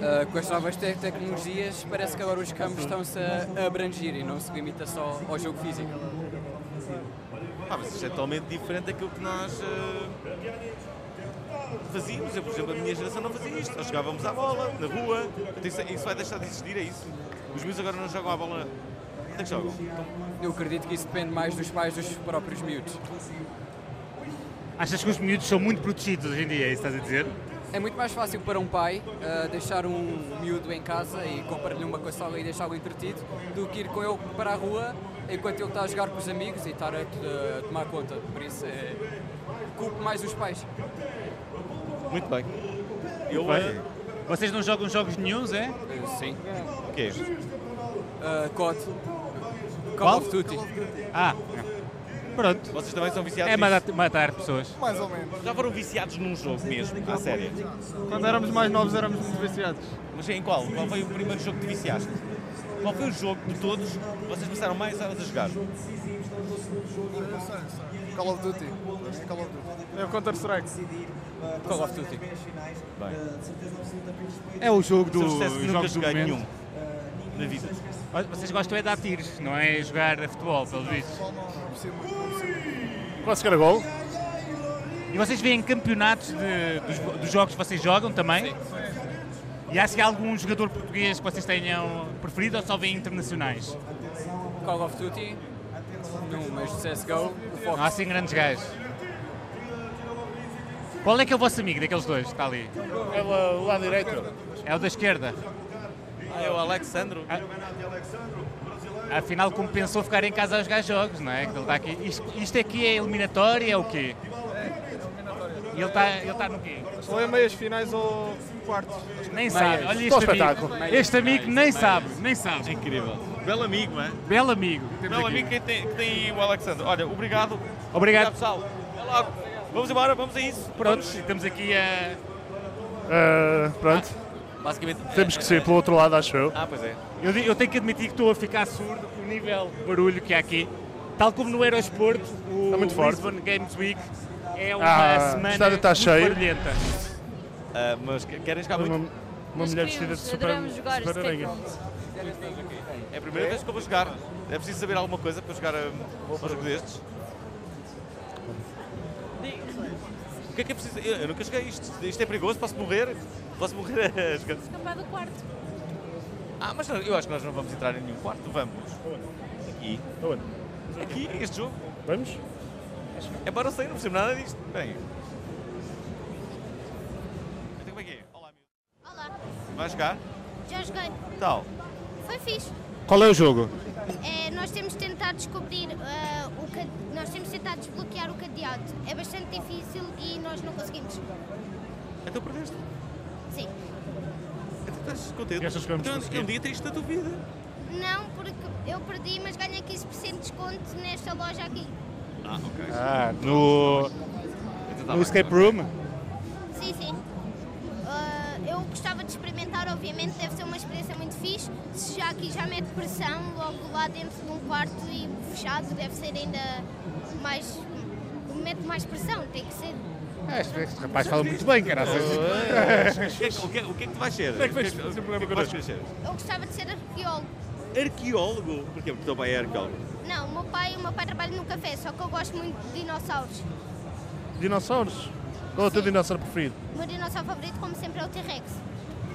Ah, com as novas te- tecnologias, parece que agora os campos estão-se a abrangir e não se limita só ao jogo físico.
Ah, mas isto é totalmente diferente daquilo que nós eh, fazíamos. Eu, por exemplo, a minha geração não fazia isto. Nós jogávamos à bola, na rua. Então, Isso, isso vai deixar de existir, é isso? Os meus agora não jogam à bola. Onde é que jogam?
Eu acredito que isso depende mais dos pais dos próprios miúdos.
Achas que os miúdos são muito protegidos hoje em dia, é isso que estás a dizer?
É muito mais fácil para um pai ah, deixar um miúdo em casa e comprar-lhe uma consola e deixá-lo entretido do que ir com ele para a rua enquanto ele está a jogar com os amigos e estar a, t- a tomar conta. Por isso, é, culpo mais os pais.
Muito bem.
Eu,
Bem,
eh,
Vocês não jogam jogos nenhuns, é?
Sim.
O quê?
Uh, COD. Call
Qual?
of Duty.
Ah, pronto.
Vocês também são viciados
É
nisso?
matar, matar pessoas.
Mais ou menos. Já foram viciados num jogo mesmo, à séria?
Quando éramos mais novos éramos muito viciados.
Mas em qual? Qual foi o primeiro jogo que viciaste? Qual foi o jogo de todos que vocês passaram mais horas a jogar? então.
Call of Duty. Call of Duty. É o Counter-Strike.
eh,
Call of Duty.
É o jogo
Seu
do
sucesso nunca
jogo do
joguei
momento.
nenhum na vida.
Olha, Vocês gostam é de dar tiros, não é jogar a futebol, pelo visto.
Posso chegar a gol?
E vocês veem campeonatos de- dos, dos jogos que vocês jogam também? E há se algum jogador português que vocês tenham preferido ou só veem internacionais?
Call of Duty. Não, mas
é
do CSGO. o Fox.
Não há assim grandes gajos. Qual é que é o vosso amigo daqueles dois que está ali?
É o lado direito.
É o da esquerda.
Ah, é o Alexandro?
Afinal, compensou ficar em casa a jogar jogos, não é? Que Ele está aqui. Isto, isto aqui é eliminatório, é o quê? E ele está ele está no quê?
Ou é meias finais ou quartos.
Nem sabe. Olha este amigo. Este amigo É nem sabe, nem sabe.
Incrível. Belo amigo, não é?
Belo amigo. Temos
Belo
aqui.
amigo que tem, que tem o Alexandro. Olha, obrigado.
Obrigado.
pessoal. Até logo. Vamos embora, vamos a isso.
Pronto, estamos aqui a.
Ah, pronto.
Basicamente. é.
Temos que ser pelo outro lado, acho eu.
Ah, pois é.
Eu, di- eu tenho que admitir que estou a ficar surdo com o nível de barulho que há aqui. Tal como no Aerosporto, o
muito forte.
Brisbane Games Week é uma
Ah, o
semana
estádio está
muito
cheio.
barulhenta.
Ah, mas que- querem jogar muito? Uma,
Nós mulher queríamos, vestida de super- adoramos jogar super aranha.
É a primeira vez que eu vou jogar. É preciso saber alguma coisa para jogar a um jogo destes. O que é que é preciso? Eu, eu nunca joguei isto. Isto é perigoso, posso morrer? Posso morrer a jogar?
Escapar do quarto.
Ah, mas não- eu acho que nós não vamos entrar em nenhum quarto. Vamos. Aqui.
Aonde?
Aqui, este jogo.
Vamos?
É para eu sair, não percebo nada disto. Bem. Então como é que é? Olá, amigo. Olá. Vais jogar?
Já joguei.
Tal.
Foi fixe.
Qual é o jogo?
É, nós temos de tentar descobrir ah, o cade... nós temos de tentar desbloquear o cadeado. É bastante difícil e nós não conseguimos.
Então perdeste.
Sim.
Então estás contente.
Achas que vamos
Então,
conseguir?
um dia tens da tua vida.
Não, porque eu perdi, mas ganhei 15% de desconto nesta loja aqui.
Ah, ok.
Ah, no.
No escape room?
Sim, sim. Ah, eu gostava de experimentar, obviamente, deve ser uma experiência muito fixe. Se já aqui já mete pressão, logo lá dentro de um quarto e fechado, deve ser ainda mais. mete mais pressão, tem que ser.
Ah, este este rapaz fala muito bem, cara.
O que é que- o que é- o que é que tu vais ser?
Como é que vais
O é
fazer um
o é que
programa
vais
connosco?
ser?
Eu gostava de ser arqueólogo.
Arqueólogo? Porquê? Porque o teu pai é arqueólogo.
Não, o meu pai, o meu pai trabalha num café, só que eu gosto muito de dinossauros.
Dinossauros? Qual é o teu dinossauro preferido?
O meu dinossauro favorito, como sempre, é o T-Rex.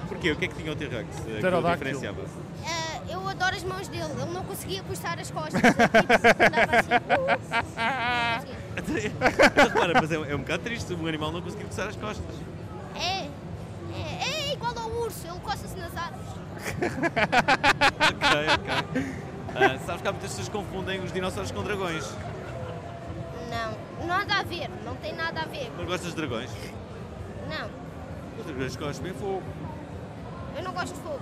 Porquê? O que é que tinha o T-Rex? eh, Que o
Pterodáctilo.
diferenciava?
Ah, eu adoro as mãos dele, ele não conseguia coçar as costas. Tipo, Andava assim.
Então, Repara, mas é, é um bocado triste um animal não conseguir coçar as costas.
É, é, urso, ele coça-se nas árvores.
ok, ok. Ah, sabes que há muitas pessoas que confundem os dinossauros com dragões.
Não, nada a ver, não tem nada a ver.
Não gostas de dragões?
Não,
Os dragões gostam bem fogo.
eu não gosto de fogo.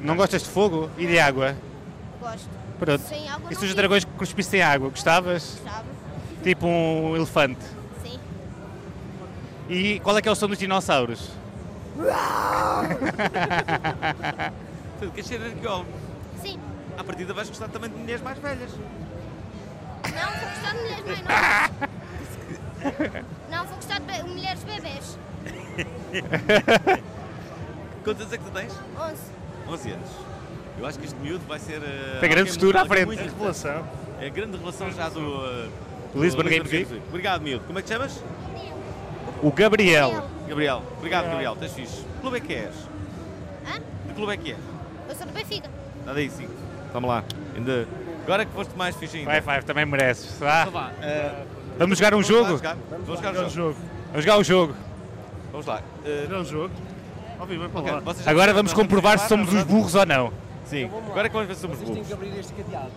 Não gostas de fogo e de água?
Gosto.
Pronto.
Sem água
e se os
não vivo.
dragões cuspissem água, gostavas?
Gostava.
Tipo um elefante.
Sim.
E qual é que é o som dos dinossauros?
Portanto, queres ser arqueólogo?
Sim.
À partida vais gostar também de mulheres mais velhas.
Não, vou gostar de mulheres mais novas. Não, vou gostar de be- mulheres bebés.
Quantas é que tu tens?
11.
11 anos. Eu acho que este miúdo vai ser. eh,
Tem grande
alguém
futuro à
alguém
frente.
muito
Grande
importante.
revelação.
É grande revelação já do. eh, do
Lisbon Game Week.
Obrigado, miúdo. Como é que te chamas?
O Gabriel.
Gabriel. Obrigado,
Gabriel.
Gabriel. Tens fixe. Que clube é que és?
Hã?
Que clube é que és?
Eu sou do Benfica.
Dá daí, sim. Vamos lá. Ainda. Agora é que foste mais fixe ainda.
Vai, vai, também mereces. Vá.
Então vá, eh,
Vamos jogar um
lá
jogo?
jogar. Vamos jogar um jogo.
Vamos jogar um jogo.
Vamos lá. Eh,
Era um jogo. Ao vivo, é para
Ok,
lá.
vocês já
Agora
sabem,
vamos
nós
comprovar
vamos
se
falar,
somos os burros ou não.
Sim.
Vamos lá.
Agora é que vamos ver se somos
Vocês têm
burros.
que abrir este cadeado.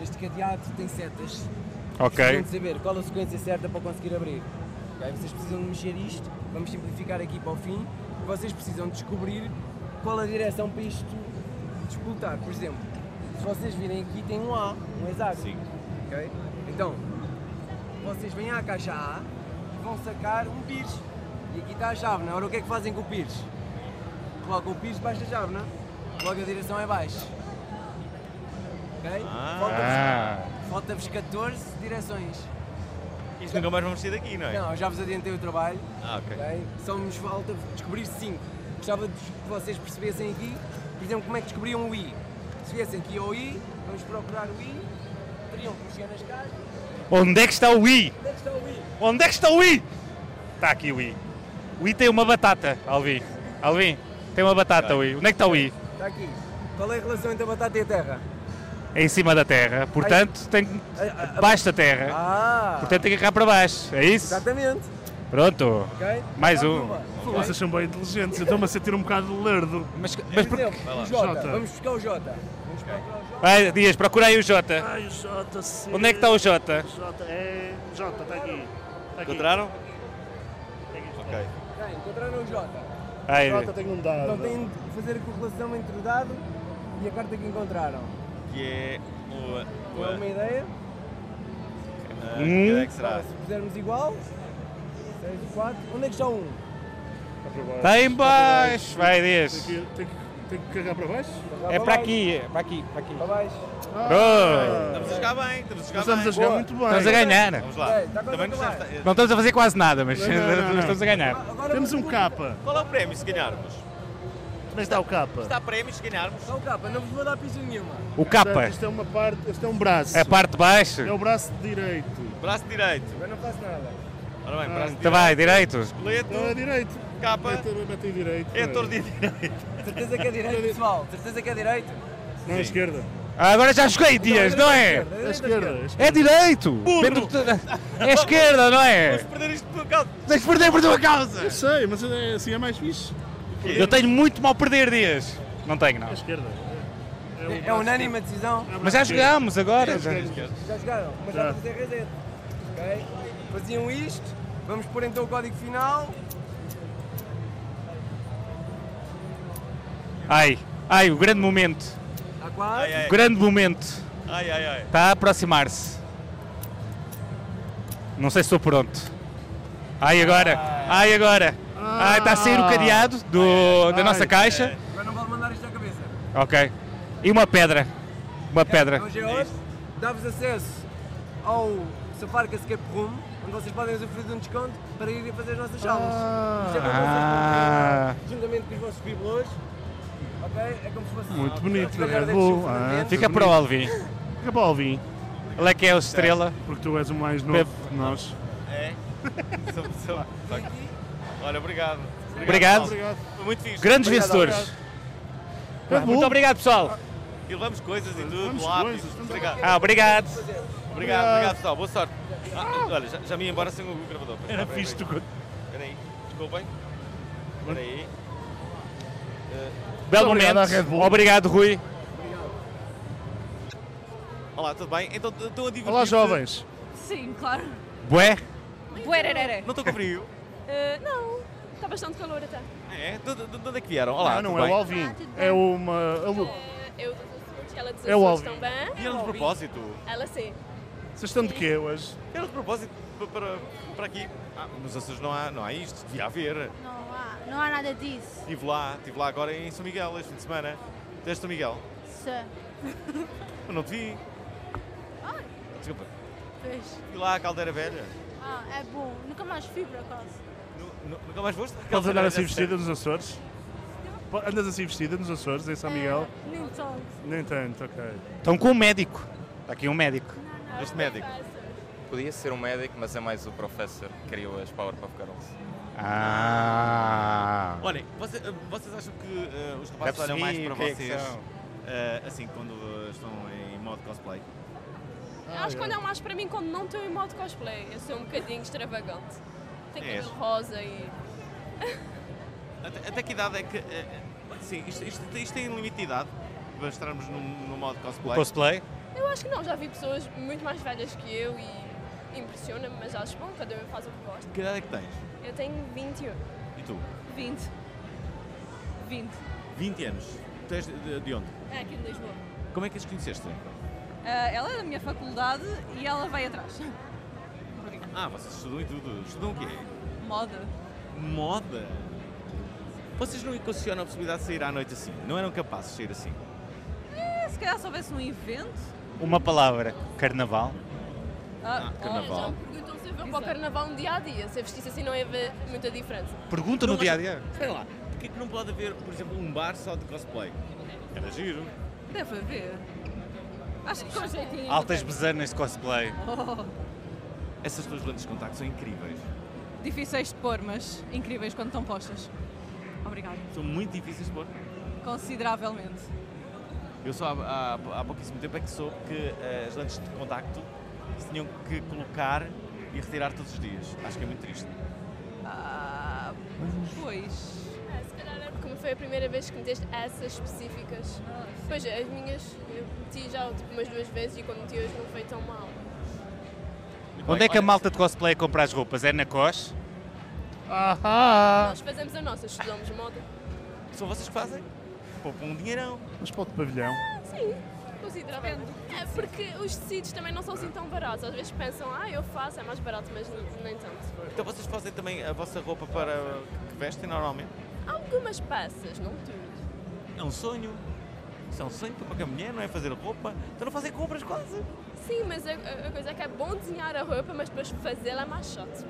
Este cadeado tem setas.
Ok.
Vocês têm de saber qual a sequência certa para conseguir abrir. Ok? Vocês precisam de mexer isto, vamos simplificar aqui para o fim. E vocês precisam descobrir qual a direção para isto disputar. Por exemplo, se vocês virem aqui tem um A, um hexágono. Sim. Ok? Então, vocês vêm à caixa A e vão sacar um pires. E aqui está a chave, não? Ora, o que é que fazem com o pires? Colocam o pires debaixo da chave, não? Logo a direção é baixo. Ok?
Ah.
Falta-vos falta-vos 14 direções.
Isto nunca mais vamos sair daqui, não é?
Não, eu já vos adiantei o trabalho.
Ah, ok.
ok? Só nos falta descobrir 5. Gostava de que vocês percebessem aqui, por exemplo, como é que descobriam o I. Se viessem aqui ao I, vamos procurar o I, teriam que mexer nas casas.
Onde é que está o I?
Onde é que está o I?
Onde é que está o I? Está aqui o I. O I tem uma batata, Alvin. Alvin, tem uma batata o I. Onde é que está o I?
Está aqui. Qual é a relação entre a batata e a terra?
É em cima da terra. Portanto, tem debaixo da terra.
Ah.
Portanto, tem que agarrar para baixo. É isso?
Exatamente.
Pronto.
Ok?
Mais um.
Pô, Vocês são bem inteligentes, eu estou-me a sentir um bocado lerdo.
Mas,
Por exemplo, o Jota. Vamos buscar o Jota. Vamos procurar o Jota.
Vai, Dias, procura aí o Jota.
Ai, o Jota, sim.
Onde é que está o Jota?
Jota, é... Jota, está aqui. Está aqui.
Encontraram?
Ok.
Bem, encontraram o Jota.
Aí.
Jota tem um dado.
Então têm de fazer a correlação entre o dado e a carta que encontraram.
Que é o.
É uma ideia?
Hum?
Ah, que é que será?
Se fizermos igual, 6 e 4, onde é que está o 1?
Está em baixo. Vai, Dias.
Tem que, tem que, tem que carregar para baixo?
É para aqui, é para aqui, para aqui.
Para baixo.
Estamos a jogar bem, estamos a
Nós
jogar
estamos a
bem.
jogar muito bem.
Estamos a ganhar.
Vamos lá.
Ei, tá está quase
Também
a
nos
acabar.
está- eh,
Não estamos a fazer quase nada, mas
Não, não, não, não.
estamos a ganhar.
Temos um capa.
Qual é o prémio se ganharmos?
Mas dá o capa.
Está prémio se ganharmos?
Está o capa, não vos vou dar pista nenhuma.
O capa.
Portanto, Isto é uma parte, isto é um braço.
A parte de baixo.
É o braço direito.
Braço direito.
Eu não faço nada.
Ora bem, braço direito.
Então vai, direito.
Esqueleto.
Ah, direito.
Capa.
Eu também meti direito.
É torno de direito.
Certeza que é direito, pessoal? Certeza que é direito?
Não, à esquerda.
Ah, agora já joguei, Dias, não é?
À esquerda. à esquerda.
É direito. Dentro de- É esquerda, não é?
Perder isto por causa.
Tens de perder por tua causa.
Eu sei, mas é- assim é mais fixe.
Eu tenho muito mal perder, Dias. Não tenho, não.
À esquerda.
É, unânime a decisão?
Mas já jogámos agora.
Já jogaram, mas já
Já.
vamos fazer reset. Ok? Faziam isto, vamos pôr então o código final.
Ai, ai, o grande momento.
Há quase.
Ai, ai.
O grande momento.
Ai, ai, ai.
Está a aproximar-se. Não sei se estou pronto. Ai, agora.
Ah.
Ai, agora. Ai, está a sair o cadeado do, da nossa caixa.
Agora não vale mandar isto à cabeça.
Ok. E uma pedra. Uma pedra.
Hoje é hoje. Dá-vos acesso ao Safarca Escape Room, onde vocês podem usufruir de um desconto para irem fazer as nossas salas. Isto é para vocês
Ah.
conhecerem, juntamente com os vossos bibelôs. Ok? É como se fosse
Muito bonito,
Olha,
é
guarda-te
bom.
chuva,
Ah,
fundamentos.
Fica para o Alvin.
Fica para o Alvin.
Ele é que é o estrela.
Porque tu és o mais novo de nós.
É. Sou- sou- Olha, obrigado.
Obrigado.
Paulo. Foi muito fixe.
Grandes vencedores.
Obrigado.
Muito obrigado, pessoal.
E levamos coisas e tudo, lápis. Obrigado.
Ah, obrigado.
Obrigado, obrigado pessoal, boa sorte. Ah, olha, já, já me ia embora sem o gravador.
Era fixe tu-
Espera aí, desculpem. Espera aí.
Belo
Muito obrigado
momento.
à Red Bull.
Obrigado, Rui.
Olá, tudo bem? Então, estão a divertir
Olá, jovens.
Sim, claro.
Bué?
Buererere.
Não estou com frio?
Eh, não,
tá
está bastante calor até.
É? De, de- de onde é que vieram? Olá,
não, não
Ah, tudo
é
bem?
o Alvin. É uma. A Lu.
É, Eu dos Açores, ela dos
É o
Açores
Alvin.
também.
Vieram de propósito?
Ela sim.
Vocês estão de quê hoje?
Era de propósito pa- para, para aqui. Ah, nos Açores não há, não há isto, devia haver.
Não há, não há nada disso.
Estive lá, estive lá agora em São Miguel este fim de semana. Tens São Miguel?
Sim.
Eu não te vi.
Ai,
Desculpa.
pois.
E lá à Caldeira Velha.
Ah, é bom. Nunca mais fui por acaso.
Nu- Nunca mais foste?
Podes andar
Caldeira
assim
Velha,
vestida nos Açores? Po- Andas assim vestida nos Açores, em São Miguel?
É, Nem tanto.
Nem tanto, ok.
Estão com um médico. Está aqui um médico.
Este médico.
Podia ser um médico, mas é mais o professor que criou as Powerpuff Girls.
Ah.
Olhem, voce- vocês, acham que eh, os rapazes
Dá-se
olham mais
mim,
para
quem é que
vocês
são?
eh, assim quando eh, estão em modo cosplay?
Ah,
Acho
é.
que olham mais para mim quando é não estou em modo cosplay. Eu sou um bocadinho extravagante. Tenho
És.
cabelo rosa e.
Até, até que idade é que. eh, sim, isto, isto- isto tem limite de idade para estarmos num, num modo cosplay?
Cosplay?
Eu acho que não, já vi pessoas muito mais velhas que eu e impressiona-me, mas acho bom, cada um faz o que gosta.
Que idade é que tens?
Eu tenho 21.
E tu?
20. 20.
20 anos. Tu és de, de- de onde?
É aqui em Lisboa.
Como é que as conheceste?
Ah, ela é da minha faculdade e ela vai atrás.
Ah, vocês estudam e tudo. Estudam o quê?
Moda.
Moda? Vocês não equacionam a possibilidade de sair à noite assim? Não eram capazes de sair assim?
Eh, se calhar se houvesse um evento.
Uma palavra. Carnaval.
Ah,
carnaval.
Já me perguntam se eu vou para o carnaval um dia a dia. Se eu vestisse assim, não ia haver muita diferença.
Pergunta no dia a dia.
Espera lá, porquê que não pode haver, por exemplo, um bar só de cosplay? Era giro.
Deve haver. Acho que com jeitinho.
Altas bezanas de cosplay.
Oh,
Essas tuas lentes de contacto são incríveis.
difíceis de pôr, mas incríveis quando estão postas. Obrigada.
São muito difíceis de pôr.
Consideravelmente.
Eu só há, há, há pouquíssimo tempo é que soube que eh, as lentes de contacto se tinham que colocar e retirar todos os dias. Acho que é muito triste.
Ah, pois.
Ah, se calhar é porque como foi a primeira vez que meteste essas específicas. Pois, as minhas eu meti já tipo, umas duas vezes e quando meti hoje não foi tão mal.
Onde é que a malta de cosplay compra as roupas? É na COS?
Ahá!
Nós fazemos a nossa, estudamos moda.
Ah. São vocês que fazem? Poupam um dinheirão.
Mas para o pavilhão.
Ah, sim, consideravelmente. É porque os tecidos também não são assim tão baratos. Às vezes pensam, ah, eu faço, é mais barato, mas n- nem tanto.
Então vocês fazem também a vossa roupa para que vestem normalmente?
Algumas peças, não tudo.
É um sonho. Isso é um sonho para qualquer mulher, não é fazer roupa. Então não fazem compras quase.
Sim, mas a, a- a coisa é que é bom desenhar a roupa, mas depois fazê-la é mais chato.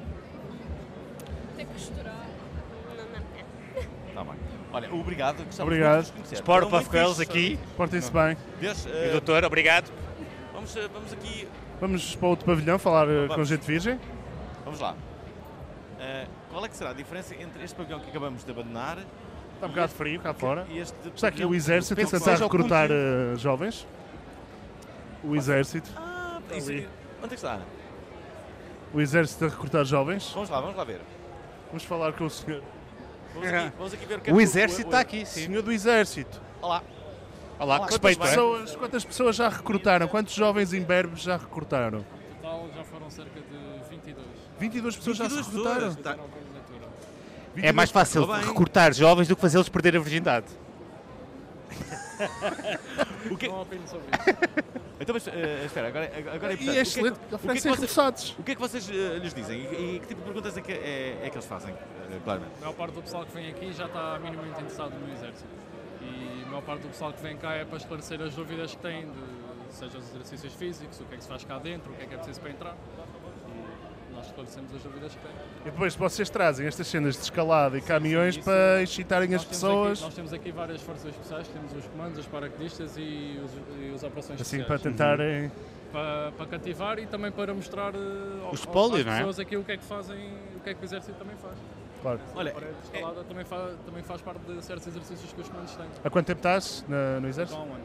Tem que costurar. Não, não, não.
Tá bem. Olha, obrigado. Gostava
Obrigado.
muito de vos conhecer.
Sport
Foram
Puff
muito
Girls
fixes.
aqui. Portem-se bem.
Deus, eh,
E o doutor, obrigado.
Vamos, eh, vamos aqui.
Vamos para outro pavilhão falar eh, com
Vamos.
gente virgem?
Vamos lá. Eh, qual é que será a diferença entre este pavilhão que acabamos de abandonar? Está
um bocado frio cá fora. Está aqui o exército a
Penso que
tentar
seja o
recrutar
conteúdo.
eh, jovens. O exército.
Ah, isso,
Ali.
onde é que está?
O exército a recrutar jovens.
Vamos lá, vamos lá ver.
Vamos falar com o senhor.
Vamos aqui, vamos aqui ver que é
O
que
exército está aqui, sim. Senhor do exército.
Olá.
Olá,
que
quantas
respeito, é?
pessoas, quantas pessoas já recrutaram? Quantos jovens imberbes já recrutaram?
total já foram cerca de 22.
22 pessoas já se
22
recrutaram?
pessoas, tá.
É mais fácil
Tudo bem.
recrutar jovens do que fazê-los perder a virgindade.
O que... Não opino sobre isso. Então, mas eh, espera, agora, agora é
E
importante.
é
O que que-
excelente,
o que é que
oferecem
vocês-
repousados.
O que é que vocês eh, lhes dizem? E, e que tipo de perguntas é que, é, é que eles fazem, eh, claramente?
A maior parte do pessoal que vem aqui já está minimamente interessado no exército. E a maior parte do pessoal que vem cá é para esclarecer as dúvidas que têm, de, seja os exercícios físicos, o que é que se faz cá dentro, o que é que é preciso para entrar. E nós esclarecemos as dúvidas que têm.
E depois vocês trazem estas cenas de escalada e caminhões para excitarem as
Nós temos aqui-
pessoas,
nós temos aqui várias forças especiais, temos os comandos, os paraquedistas e os, e os operações
assim
especiais. Uhum.
para tentarem...
para, para cativar e também para mostrar eh, ao-
espólio,
às
não é?
pessoas aqui o que é que fazem, o que é que o exército também faz.
Claro.
Olha, a
é-
escalada também, faz, também faz parte de certos exercícios que os comandos têm.
Há quanto tempo estás na- no
Então,
exército?
há um ano.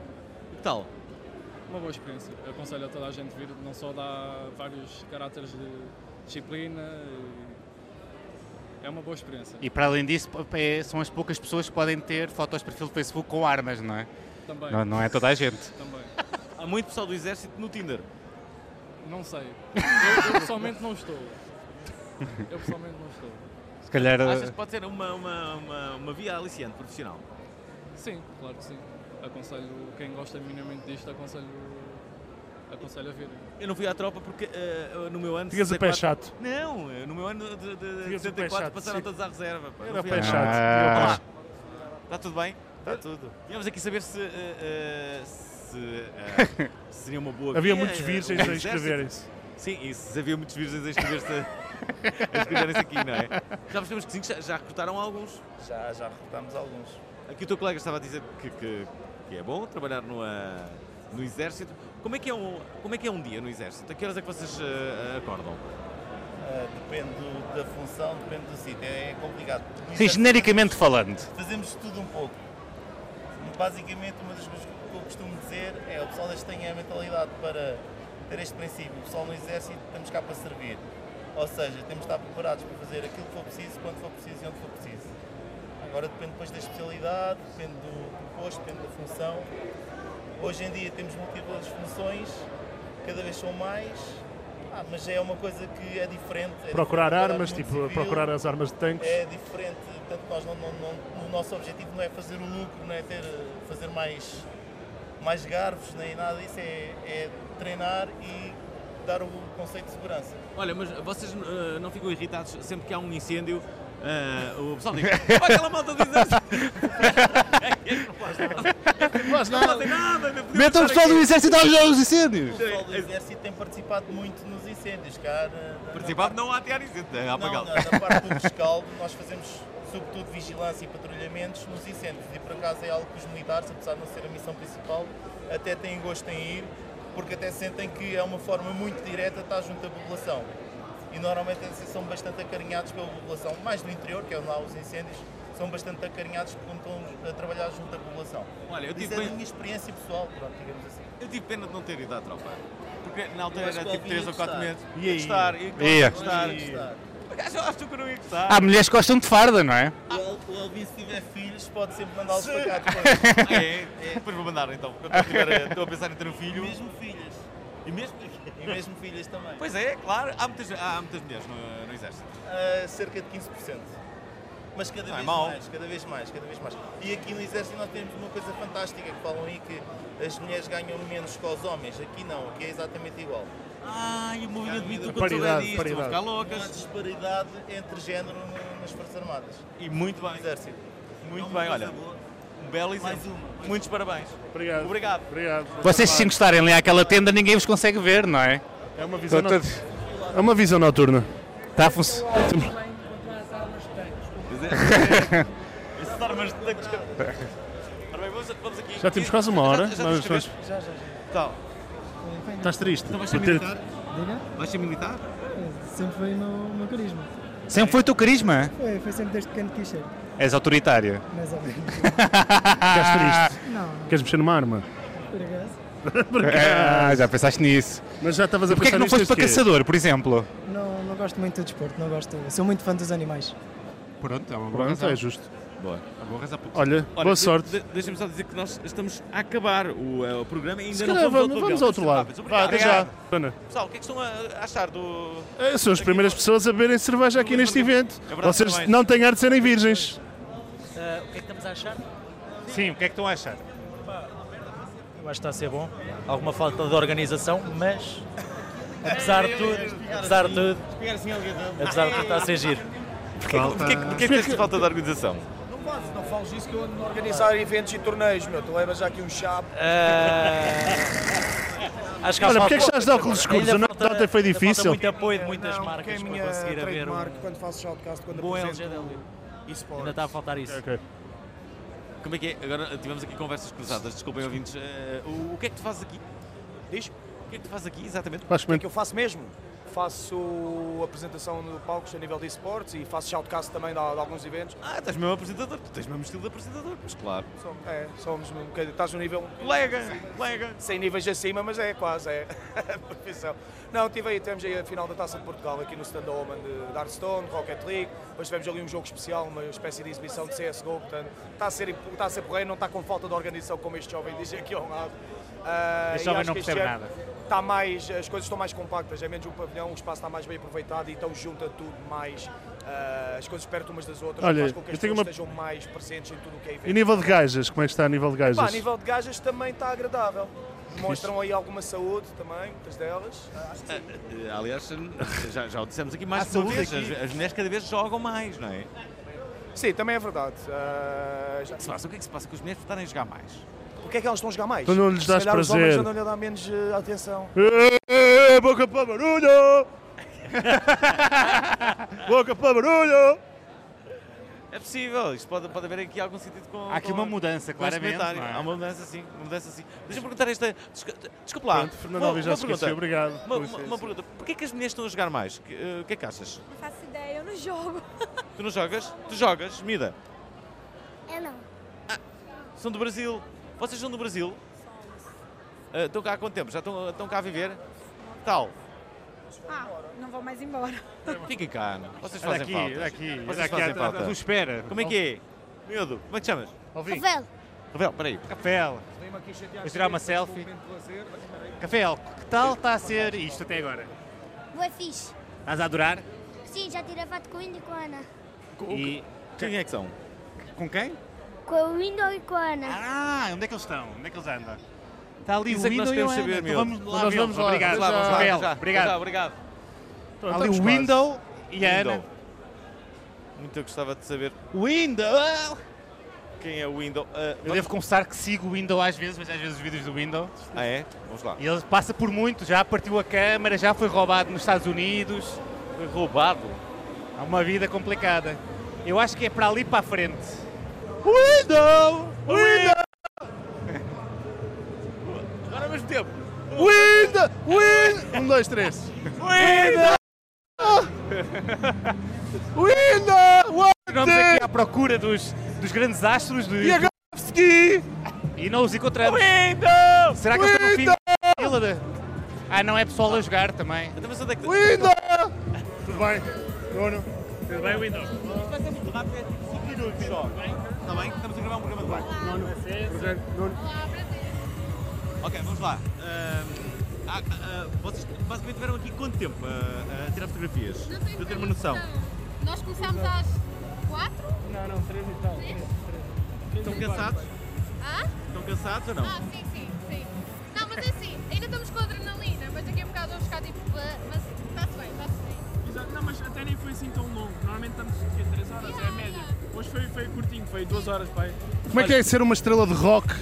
Que tal?
Uma boa experiência. Aconselho a toda a gente vir, não só dá vários caráteres de disciplina, e é uma boa experiência.
E para além disso, é- são as poucas pessoas que podem ter fotos de perfil do Facebook com armas, não é?
Também.
Não, não é toda a gente.
Também.
Há muito pessoal do exército no Tinder.
Não sei. Eu, eu pessoalmente não estou. Eu pessoalmente não estou.
Se calhar. eh,
Achas que pode ser uma, uma, uma, uma via aliciante profissional?
Sim, claro que sim. Aconselho quem gosta minimamente disto, aconselho, aconselho a vir.
Eu não fui à tropa porque eh, no meu ano.
Tinhas o pé
64
chato.
Não, eh, no meu ano de, de, de
Tinhas o pé
74
chato,
passaram
sim.
todos à reserva. Pá.
Era
Não fui
pé
à-
chato, tinha o pé Tá
Ah. Está tudo bem? Está tudo. Viemos aqui saber se. eh, eh, se eh, se seria uma boa
Havia
via,
muitos
eh,
virgens
o
a
exército.
inscreverem-se.
Sim, e se havia muitos virgens a inscrever-se a inscreverem-se aqui, não é? Já percebemos que sim, que já, já recrutaram alguns.
Já, já recrutámos alguns.
Aqui o teu colega estava a dizer que, que, que é bom trabalhar no, ah, no exército. Como é, que é um, como é que é um dia no exército? A que horas é que vocês ah, acordam?
Ah, depende do- da função, depende do sítio. É complicado. No
Sim,
exército
genericamente falando.
Fazemos tudo um pouco. Basicamente, uma das coisas que eu costumo dizer é o pessoal deste tem a mentalidade para ter este princípio. O pessoal no exército estamos cá para servir. Ou seja, temos de estar preparados para fazer aquilo que for preciso, quando for preciso e onde for preciso. Agora depende depois da especialidade, depende do posto, depende da função. Hoje em dia temos múltiplas funções, cada vez são mais, Ah, mas é uma coisa que é diferente. é
Procurar
diferente de
armas,
trabalhar no
tipo,
mundo civil,
procurar as armas de tanques.
É diferente, portanto, nós não, não- não- o nosso objetivo não é fazer o lucro, não é ter, fazer mais, mais garfos, nem nada disso, é, é treinar e dar o conceito de segurança.
Olha, mas vocês ah, não ficam irritados sempre que há um incêndio? ah, o pessoal diz: assim." "Pá, aquela malta do exército!
Nós
não fazem nada! não podemos
Metam o
estar
pessoal
aqui."
do exército a ajudar os O
incêndios!
pessoal do exército tem participado muito nos incêndios, cara.
Participado não há atear incêndio, é
Não,
apagado.
na, na parte do rescaldo nós fazemos sobretudo vigilância e patrulhamentos nos incêndios e por acaso é algo que os militares, apesar de não ser a missão principal, até têm gosto em ir porque até sentem que é uma forma muito direta de estar junto à população e normalmente eles são bastante acarinhados pela população, mais no interior, que é onde há os incêndios, são bastante acarinhados quando estão a trabalhar junto à população.
Olha, eu
Isso
tive
é a
bem-
minha experiência pessoal, pronto, digamos assim.
Eu tive pena de não ter ido à tropa. Porque na altura
Eu acho
era
que
tipo
eu
3
ia
ou 4
gostar.
meses.
Ia, ia.
gostar, ia
Ia.
gostar.
Ia, ia.
Por acaso eu acho que eu não ia gostar.
Há mulheres que gostam de farda, não é?
O Al- O Alvin, se tiver filhos, pode sempre mandá-los para cá
Ah,
depois.
é? Depois vou mandar então. Quando eu tiver, eh, Estou a pensar em ter um filho.
E mesmo filhas.
E mesmo,
e mesmo filhas também.
Pois é, claro. Há muitas, há muitas mulheres no, no exército.
Ah, cerca de 15%. Mas cada
Não é
vez
mau.
mais, cada vez mais, cada vez mais. E aqui no Exército nós temos uma coisa fantástica que falam aí que as mulheres ganham menos que os homens. Aqui não, aqui é exatamente igual.
Ah, e o movimento Me Too, quando
Paridade,
souber disto, vão
paridade.
ficar loucas.
Não há disparidade entre género no- nas Forças Armadas.
E muito bem.
Exército.
Muito
É uma
bem,
coisa
olha.
boa.
Um belo exemplo. Muitos parabéns.
Obrigado.
Obrigado.
Vocês se encostarem ali àquela tenda, ninguém vos consegue ver, não é?
É uma visão
Tô- tô-
É uma visão noturna.
Está Tá a funcionar.
é, Essas armas de tanques. Ora bem, vamos, vamos aqui.
Já temos quase uma hora,
Já, já,
mas-
já, já, Então,
Estás triste?
Então vais ser
Por ter-
militar? Vais ser militar?
Sempre foi o meu, meu carisma.
Sempre foi o teu
é?
carisma?
Foi, foi sempre desde pequeno que quis ser.
És autoritário.
Mais ou menos.
Estás triste?
Não, não.
Queres mexer numa arma?
Por acaso?
Por
Ah,
acaso.
já pensaste nisso.
Mas já estavas a
E Porquê é que
pensar
não
nisto
foste para
desde quê?
caçador, por exemplo?
Não, não gosto muito do desporto, não gosto. Sou muito fã dos animais.
Pronto, é uma
boa Pronto, razão. é justo.
Boa. Uma boa razão para-
Olha, boa
de-
sorte.
de- Deixa-me só dizer que nós estamos a acabar o, eh, o programa e ainda
Se
não
calhar
fomos
vamos-
ao
vamos
outro
ao outro
avião.
lado.
Mas
Vá,
obrigado.
até já.
Obrigado.
Ana.
Pessoal, o que é que estão a a achar do.
Eh, São as primeiras pessoas a beberem cerveja aqui neste evento.
verdade,
Vocês
parabéns.
não têm ar de serem virgens.
Ah, o que é que estamos a achar?
Sim, o que é que estão a achar?
Eu acho que está a ser bom. Alguma falta de organização, mas
É,
apesar de tudo, apesar de
assim.
tudo,
tá-
apesar de tudo está a ser giro.
Porquê, porquê, porquê que tens falta de organização?
Não fazes, não fales isso que eu ando a organizar eventos e torneios, meu. Tu levas já aqui um chapo.
Eh, Acho
Olha,
há
porque é que
falta-
estás de óculos escuros?
Ainda
A
falta-
nota foi
ainda falta
difícil.
muito apoio de muitas marcas
que é a
para
minha
conseguir haver
trademark
um-
quando faço shoutcast, quando
Boa
apresento
LGW.
esportes.
Ainda está a faltar isso.
Como é que é? Agora tivemos aqui conversas cruzadas, desculpem ouvintes. Eh, o, o que é que tu fazes aqui?
Diz?
O que é que tu fazes aqui exatamente?
O que é que eu faço mesmo? faço apresentação no palcos a nível de esportes e faço shoutcast também de, de alguns eventos.
Ah, estás mesmo apresentador, tu tens mesmo estilo de apresentador, mas claro.
É, somos um bocadinho. Estás no nível.
Colega, colega.
Sem níveis acima, mas é quase, é. profissão. Não, tive aí, tivemos aí a final da Taça de Portugal aqui no Stand Oman de Darkstone, Rocket League. Depois tivemos ali um jogo especial, uma espécie de exibição de CSGO. Portanto, está a ser, está a ser porreiro, não está com falta de organização como este jovem diz aqui ao lado. Ah,
Este
e
jovem
acho
não
que
percebe
ano
nada.
Está mais, as coisas estão mais compactas, é menos um pavilhão, o espaço está mais bem aproveitado e então junta tudo mais, ah, as coisas perto umas das outras,
Olha,
faz com que as
eu tenho
pessoas
uma-
estejam mais presentes em tudo o que é evento.
E nível de gajas, como é que está a nível de gajas?
Pá, a nível de gajas também está agradável. Mostram aí alguma saúde também, muitas delas. Ah, acho que sim.
Eh, Aliás, já, já o dissemos aqui mais
Há
de uma
saúde
vez,
aqui.
as, as mulheres cada vez jogam mais, não é?
Sim, também é verdade. Ah, já-
Se passa, o que é que se passa com as mulheres por estarem a jogar mais?
O que é que elas estão a jogar mais?
Tu Então não lhes
Se
dás
calhar os homens
prazer.
andam-lhe a dar menos eh, atenção.
Ê, ê, ê, boca para barulho! boca para barulho!
É possível, isto pode, pode haver aqui algum sentido com.
Há aqui
com-
uma mudança,
com
claramente,
este comentário.
não é?
Há uma mudança sim, uma mudança sim. Deixa-me perguntar esta. desca- Desculpa lá.
Pronto, Fernando
uma-
Alves já
uma
se esqueceu,
pergunta.
obrigado. Com
Uma, uma,
licença.
uma pergunta: porquê que as mulheres estão a jogar mais? Que, eh, O que é que achas?
Não faço ideia, eu não jogo.
Tu não jogas? Tu jogas, Mida?
Eu não.
São do Brasil. Vocês são do Brasil? Eh, Estão cá há quanto tempo? Já estão, estão cá a viver? Tal.
Ah, não vou mais embora.
Fiquem cá, não. Vocês
Olha
fazem
aqui,
falta.
olha aqui,
Vocês
olha aqui,
fazem
a- a-
falta.
a- tu espera.
Como é que é? Miúdo, como é que te chamas?
Alvin.
Rafael.
Rafael, peraí.
Café. Vou tirar uma selfie. Café, que tal está a ser isto até agora?
Boa fixe.
Estás a adorar?
Sim, já tirei foto com o Indo e com a Ana.
E
quem é que são?
Com quem?
Com o Indo e com a Ana.
Ah, onde é que eles estão? Onde é que eles andam? Está ali
Isso é
o
que
Indo
nós
e o
queremos
Ana.
saber,
Então
miúdo.
vamos lá
Nós
vê-los.
vamos lá,
Obrigado.
vamos lá, vamos lá,
Rafael,
já,
obrigado.
já, obrigado. Então,
ali
estamos
o
quase.
Window e a
Window.
Ana.
Muito eu gostava de saber
Window!
quem é o Window. Ah,
Eu devo confessar que sigo o Window às vezes, mas às vezes os vídeos do Window.
Ah, é? Vamos lá.
E ele passa por muito, já partiu a câmara, já foi roubado nos Estados Unidos.
Foi roubado?
Há uma vida complicada. Eu acho que é para ali para a frente. Window! Window!
Agora ao mesmo tempo.
Winda! Winda! Um, dois, três.
Winda!
Winda!
Vamos aqui à procura dos, dos grandes astros do YouTube. E não os encontramos.
Window!
Será que eles estão no fim da fila de- Ah, não, é pessoal a jogar também.
Mas onde é que...
Tudo bem? Bruno?
Tudo bem, Window?
Isto vai ser muito rápido, é tipo 5 minutos só. Está bem? Estamos a gravar um programa de baile. Ok, vamos lá. Ahm, ah, ah, vocês basicamente tiveram aqui quanto tempo a, a tirar fotografias? Para eu ter uma noção.
Nós começámos às 4? Não, não, 3 e tal.
Estão cansados?
Ah?
Estão cansados ou não?
Ah, sim, sim, sim. Não, mas é assim, ainda estamos com adrenalina, mas daqui a bocado vamos ficar tipo.
ah,
"Bah", Mas está-se bem, está-se bem.
Exato, não, mas até nem foi assim tão longo. Normalmente estamos aqui a 3 horas, é a média. Hoje foi, foi curtinho, foi 2 horas, pai.
Como é que é ser uma estrela de rock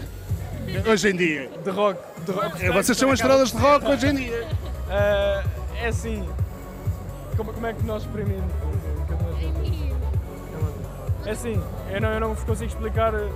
hoje em dia?
De rock, de rock.
É, vocês são as estrelas de rock hoje em dia.
Ah, é assim. Como, como é que nós exprimimos? É assim, eu não, eu não vos consigo explicar eh,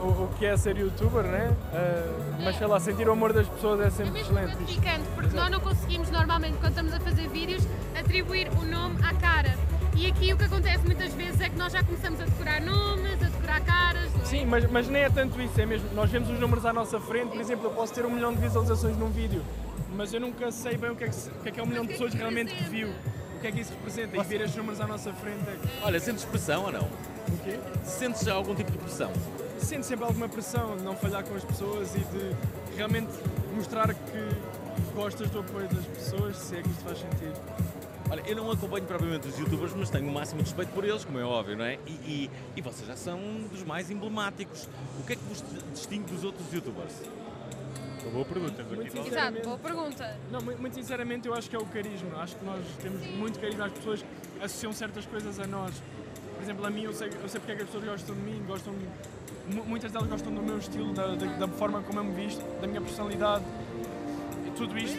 o, o que é ser youtuber, né? Ah, mas sei lá, sentir o amor das pessoas é sempre excelente.
gratificante,
é.
porque nós não conseguimos normalmente, quando estamos a fazer vídeos, atribuir o nome à cara. E aqui o que acontece muitas vezes é que nós já começamos a decorar nomes, a decorar caras. não é?
Sim, mas, mas nem é tanto isso, é mesmo. Nós vemos os números à nossa frente, por exemplo, eu posso ter um milhão de visualizações num vídeo, mas eu nunca sei bem o que é que, se- o que, é, que é um milhão de pessoas realmente que viu. O que é que isso representa? E ver estes números à nossa frente. é-
Olha, sentes pressão ou não? O
quê?
Sentes algum tipo de pressão?
Sinto sempre alguma pressão de não falhar com as pessoas e de realmente mostrar que gostas do apoio das pessoas, se é que isto faz sentido.
Olha, eu não acompanho propriamente os youtubers, mas tenho o máximo de respeito por eles, como é óbvio, não é? E, e- e vocês já são um dos mais emblemáticos. O que é que vos distingue dos outros youtubers?
Uma boa pergunta,
sinceramente-
Exato, boa pergunta.
Não, mu- muito sinceramente eu acho que é o carisma. Acho que nós temos muito carisma. As pessoas associam certas coisas a nós. Por exemplo, a mim, eu sei, eu sei porque é que as pessoas gostam de mim, gostam mu- muitas delas gostam do meu estilo, da, da- da forma como eu me visto, da minha personalidade, e tudo isto.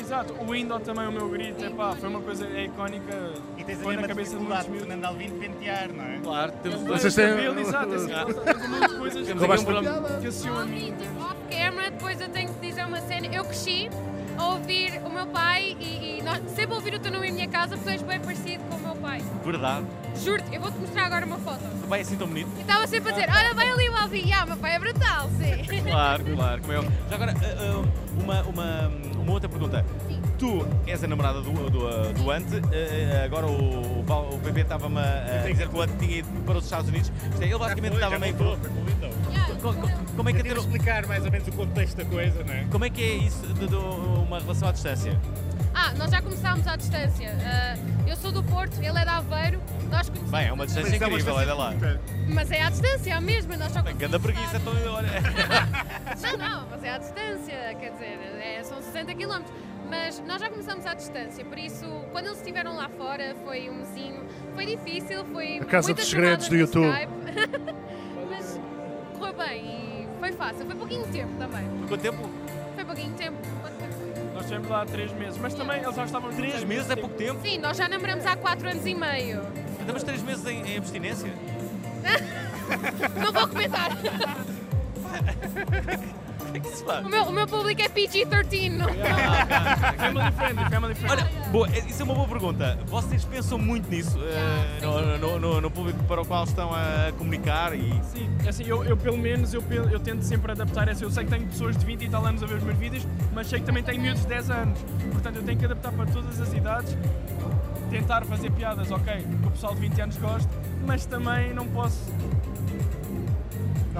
Exato, o Window também, o meu grito, epá, foi uma coisa é icónica.
E tens a
Põe
mesma
na cabeça de muitos
dificuldade de
miúdos.
Fernando Alvim de pentear, não é?
Claro, temos Ah.
Vocês têm-
Exato, assim, temos um monte de coisas
Temos aqui um
que
problema.
um
associam a mim.
Off-camera, depois eu tenho que dizer uma cena. Eu cresci a ouvir o meu pai e, e nós, sempre a ouvir o teu nome em minha casa, porque tu és bem parecido com o meu pai.
Verdade.
Juro-te, eu vou-te mostrar agora uma foto.
O pai é assim tão bonito.
E estava sempre a dizer, olha, vai ali o Alvin. Ah, meu pai é brutal, sim.
Claro, claro, como é óbvio. Já agora, ah, ah, uma, uma, uma outra pergunta. Tu és a namorada do, do, ah, do Ante, ah, ah, agora o, o Val- o PP estava-me a dizer que o Ante tinha ido para os Estados Unidos. Isto é, Ele basicamente
foi, já
estava-me a
voltou,
Co- co- Como é que é ter... explicar mais ou menos então. o contexto da coisa, não é? Como é que é isso de, de uma relação à distância?
Ah, nós já começámos à distância. Ah, eu sou do Porto, ele é de Aveiro, nós conhecemos,
Bem, é uma distância
Mas é uma
incrível, olha lá.
mas é à distância, é a mesma, nós só
Ganda preguiça, então, olha.
Não, não, mas é à distância, quer dizer, é- são 60 km. Mas nós já começamos à distância, por isso, quando eles estiveram lá fora, foi um mesinho, foi difícil, foi.
A casa
muitas
dos segredos
chamadas
do
no Skype. mas correu bem e foi fácil, foi pouquinho tempo também.
Quanto tempo?
Foi pouquinho tempo. Quanto tempo?
Nós estivemos lá há 3 meses, mas também eles já estavam.
Três meses é pouco tempo?
Sim, nós já namoramos há 4 anos e meio.
Estamos três meses em, em abstinência?
Não vou comentar.
O que é que se faz?
O meu, o meu público é PG-13. não-
Family friendly, family friendly. Olha, boa, é- isso é uma boa pergunta. Vocês pensam muito nisso, eh, no, no- no- no público para o qual estão a comunicar e...
Sim, assim, eu, eu pelo menos eu, pe- eu tento sempre adaptar essa. Eu sei que tenho pessoas de 20 e tal anos a ver os meus vídeos, mas sei que também tenho miúdos de 10 anos. Portanto, eu tenho que adaptar para todas as idades, tentar fazer piadas, ok, que o pessoal de 20 anos gosta, mas também não posso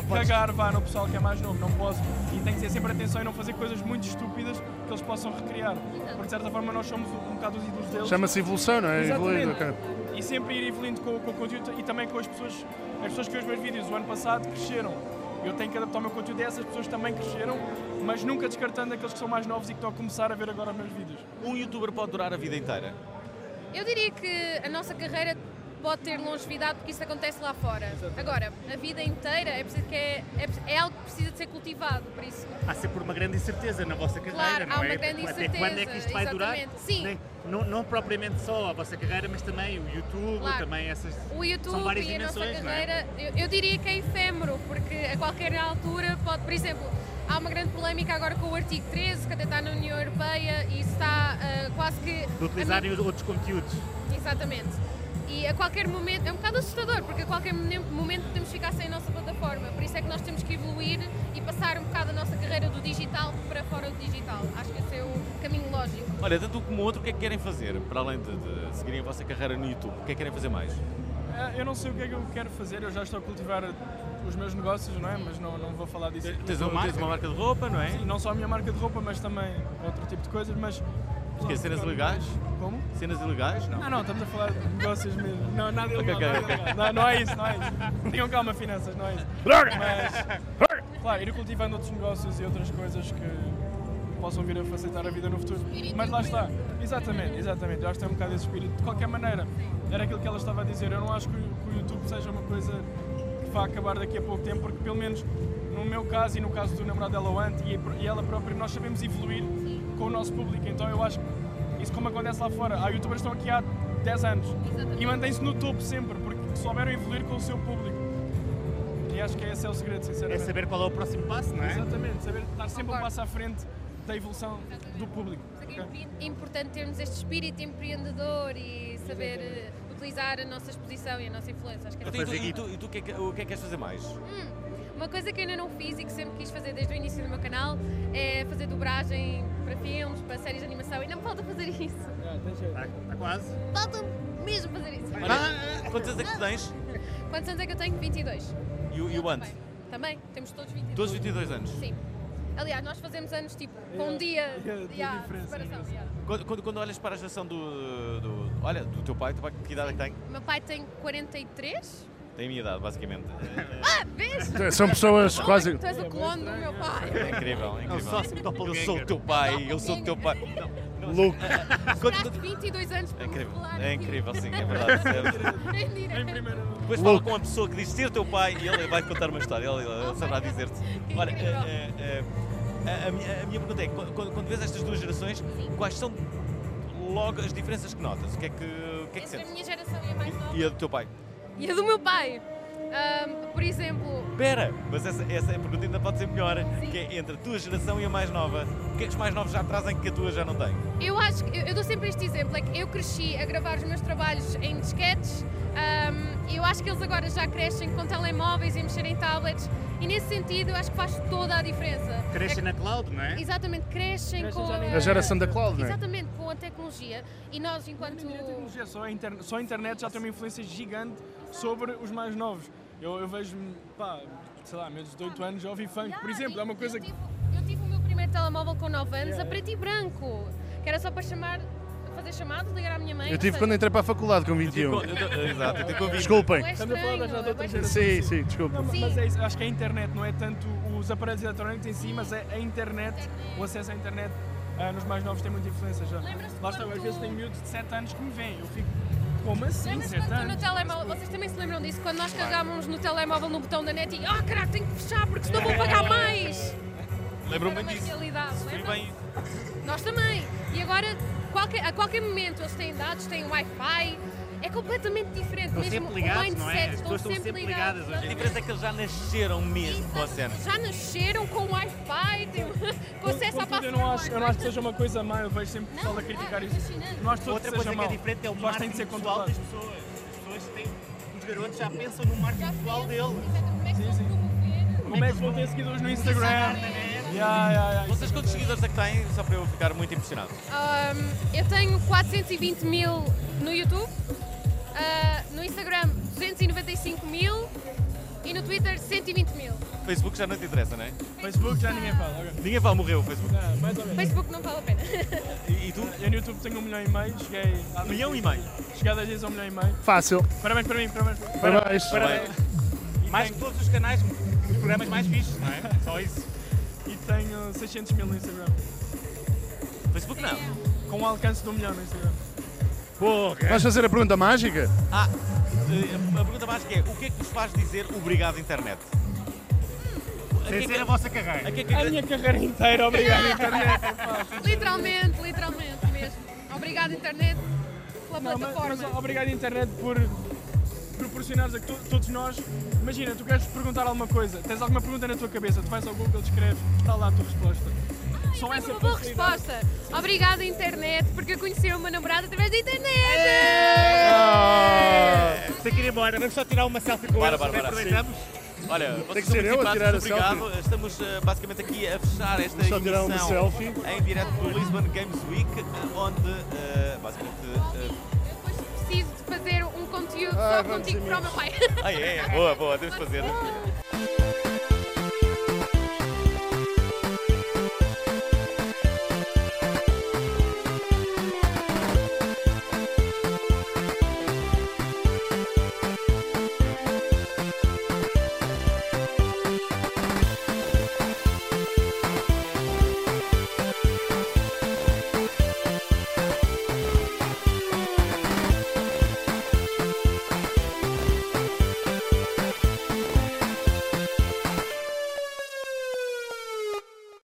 cagar vá no pessoal que é mais novo, não posso. E tenho que ter sempre atenção e não fazer coisas muito estúpidas que eles possam recriar. Porque de certa forma nós somos um, um bocado os ídolos deles.
Chama-se evolução, não é?
Exatamente.
Evoluir, ok.
E sempre ir evoluindo com, com o conteúdo e também com as pessoas, as pessoas que vêem os meus vídeos o ano passado cresceram. Eu tenho que adaptar o meu conteúdo a essas pessoas que também cresceram, mas nunca descartando aqueles que são mais novos e que estão a começar a ver agora os meus vídeos.
Um youtuber pode durar a vida inteira?
Eu diria que a nossa carreira pode ter longevidade porque isso acontece lá fora. Agora, a vida inteira é, preciso que é, é preciso- é algo que precisa de ser cultivado, por isso.
Há sempre uma grande incerteza na vossa carreira,
Claro,
não
há uma
é?
grande
Até quando é que isto vai
incerteza,
durar?
exatamente. Sim.
Nem- Não, não propriamente só a vossa carreira, mas também o YouTube,
Claro.
também essas.
O
são
YouTube
várias
e a nossa
dimensões, não é?
carreira, eu, eu diria que é efêmero, porque a qualquer altura pode, por exemplo, há uma grande polémica agora com o artigo 13, que até está na União Europeia e está ah, quase que.
De utilizarem
a
os outros conteúdos.
Exatamente. E a qualquer momento, é um bocado assustador, porque a qualquer momen- momento podemos ficar sem a nossa plataforma. Por isso é que nós temos que evoluir e passar um bocado a nossa carreira do digital para fora do digital. Acho que esse é o caminho lógico.
Olha, tanto um como o outro, o que é que querem fazer? Para além de, de seguirem a vossa carreira no YouTube, o que é que querem fazer mais?
Ah, Eu não sei o que é que eu quero fazer, eu já estou a cultivar os meus negócios, não é? Mas não, não vou falar disso.
Tens uma marca? Tens uma marca de roupa, não é?
Sim, não só a minha marca de roupa, mas também outro tipo de coisas, mas...
Porque cenas ilegais?
Como?
Cenas ilegais? Não.
Ah, não, estamos a falar de negócios mesmo. Não, nada
Ok,
ilegal,
ok,
nada
ok.
ilegal. Não, não é isso, não é isso. Tenham calma, finanças, não é isso.
Droga!
Mas, claro, ir cultivando outros negócios e outras coisas que possam vir a facilitar a vida no futuro. Mas lá está. Exatamente, exatamente. Eu acho que é um bocado esse espírito. De qualquer maneira, era aquilo que ela estava a dizer. Eu não acho que o que o YouTube seja uma coisa que vá acabar daqui a pouco tempo, porque pelo menos no meu caso e no caso do namorado dela, o Ant, e e ela própria, nós sabemos evoluir com o nosso público. Então eu acho que isso como acontece lá fora. Há youtubers que estão aqui há 10 anos e mantêm-se no topo sempre, porque souberam evoluir com o seu público. E acho que esse é o segredo, sinceramente.
É saber qual é o próximo passo, não é?
Exatamente, saber estar sempre um passo à frente da evolução do público. Ok?
É importante termos este espírito empreendedor e saber eh, utilizar a nossa exposição e a nossa influência. Acho que é
Então, e tu, e tu, e tu o, que é que, o que é que queres fazer mais?
Hum, uma coisa que eu ainda não fiz e que sempre quis fazer desde o início do meu canal é fazer dobragem para filmes, para séries de animação. Ainda me falta fazer isso.
Está Tá, quase.
Falta mesmo fazer isso.
Olha, quantos anos é que tu tens?
Quantos anos é que eu tenho? 22.
E, o- e o Ante?
Também, temos todos 22.
Todos 22 anos?
Sim. Aliás, nós fazemos anos tipo com um dia yeah, de separação. yeah.
Quando, quando, quando olhas para a geração do, do- Olha, do teu pai, teu pai que idade é que tem?
O meu pai tem 43.
Tem a minha idade, basicamente. É,
Ah, vês?
Então, São pessoas
Oh,
quase-
Tu és o clone do meu pai.
é incrível, é
É o
incrível.
sócio
Eu sou o teu pai, eu sou o teu pai.
Louco.
Esperaste 22 anos
É
para
incrível,
me revelar
é
aqui.
incrível, sim, é verdade. certo.
Em direto.
Depois fala com uma pessoa que diz ser o teu pai e ele vai contar uma história, ele, ele saberá dizer-te. Olha, eh, eh, eh, a, a minha, a minha pergunta é, quando, quando- quando vês estas duas gerações, quais são logo as diferenças que notas? O que é que, o que, é que
Entre a
sentes?
minha geração e a mais nova.
E a do teu pai?
E a do meu pai. Ahm, por exemplo,
Espera, mas essa, essa pergunta ainda pode ser melhor, que é entre a tua geração e a mais nova. O que é que os mais novos já trazem que a tua já não tem?
eu acho que eu, eu dou sempre este exemplo, é que eu cresci a gravar os meus trabalhos em disquetes, ahm, eu acho que eles agora já crescem com telemóveis e mexerem em tablets, e nesse sentido eu acho que faz toda a diferença.
Crescem
É
na cloud, não é?
Exatamente, crescem
Crescem
com
já nem-
a,
A geração da
cloud, não é?
Exatamente, com a tecnologia. E nós, enquanto.
tecnologia, só é a, internet, só a internet já tem uma influência gigante sobre os mais novos. Eu, eu vejo-me, pá, sei lá, meus 18 anos já ouvi funk, por exemplo, é uma coisa que.
Ah, tipo, Eu tive o meu primeiro telemóvel com 9 anos,
Yeah.
a preto e branco, que era só para chamar, fazer chamado, ligar à minha mãe.
Eu
ou
tive
seja,
quando entrei para a faculdade com 21.
Exato, eu tenho convite.
Desculpem.
É
Estamos a falar das
estranho,
outras
é bem
Sim,
gerações.
sim, desculpa.
Não, mas é isso, acho que a internet não é tanto os aparelhos eletrónicos em si, mas é a internet, o acesso à internet ah, nos mais novos tem muita influência já. Lá está, eu às vezes tenho miúdos de 7 anos que me vêm, eu fico, como assim
Lembras
7
quando tu
anos?
no telemóvel, vocês também se lembram disso, quando nós cagámos no telemóvel no botão da net e ah, caralho, tenho que fechar porque senão vou pagar mais.
Lembro-me
Era uma
disso.
realidade,
Fui
lembra?
bem.
Nós também. E agora, qualquer- a qualquer momento eles têm dados, têm Wi-Fi, é completamente diferente.
Estão
mesmo
sempre ligados,
o mindset,
não é? As
estão
pessoas
sempre,
estão sempre
ligadas.
A diferença é que eles já nasceram mesmo com a cena.
Já nasceram com Wi-Fi, têm, com acesso à
Contudo, eu
passagem.
não, acho, eu não acho que seja uma coisa má, eu vejo sempre pessoal a
é
criticar isso. Não acho que
Outra
seja
coisa
mal.
que é diferente é o
Só acho que tem
marketing
de ser
pessoal das
controlado.
pessoas. As pessoas têm... Os garotos já pensam no marketing pessoal deles.
é
Como é que vão ter seguidores no Instagram?
Yeah, yeah, yeah. Vocês quantos seguidores é que têm? Só para eu ficar muito impressionado.
Ahm, eu tenho 420 mil no YouTube, ah, no Instagram 295 mil e no Twitter 120 mil.
Facebook já não te interessa, não é?
Facebook já ninguém fala. ok.
Ninguém vai morrer o Facebook.
Não, mais ou menos.
Facebook não vale a pena.
E tu?
Eu no YouTube tenho um milhão e meio, cheguei. Um
milhão e meio?
Cheguei às vezes a um milhão e meio.
Fácil.
Parabéns para mim, parabéns.
Parabéns.
Mais que todos os canais, os programas mais fixos, não é? Só isso. E tenho 600 mil no Instagram.
Facebook não?
É.
Com o alcance de um milhão no Instagram.
Porra!
Vais fazer a pergunta mágica?
Ah, eh, a pergunta básica é: o que é que vos faz dizer obrigado, internet?
Sem ser a vossa carreira.
A, que é que-
minha carreira inteira, obrigado, internet.
literalmente, literalmente mesmo. Obrigado, internet, pela
Não, mas-
plataforma.
mas obrigado, internet, por proporcionares a que to- todos nós. Imagina, tu queres perguntar alguma coisa, tens alguma pergunta na tua cabeça, tu vais ao Google, escreves, está lá a tua resposta. Só
Uma boa resposta. Obrigado, internet, porque eu conheci o meu namorado através da internet.
É.
Tem que ir embora, vamos só tirar uma selfie com
Bora,
eles,
bora,
bem
bora.
aproveitamos.
Olha,
Tem
vocês
que ser
são muito
eu a tirar
simpáticos,
a
obrigado. Estamos eh, basicamente aqui a fechar esta
Só tirar
um
uma
emissão
selfie.
em direto do Lisbon Games Week, eh, onde eh, basicamente. eh,
Preciso de fazer um conteúdo só contigo para o meu pai.
Ah, é? Boa, boa, temos de fazer.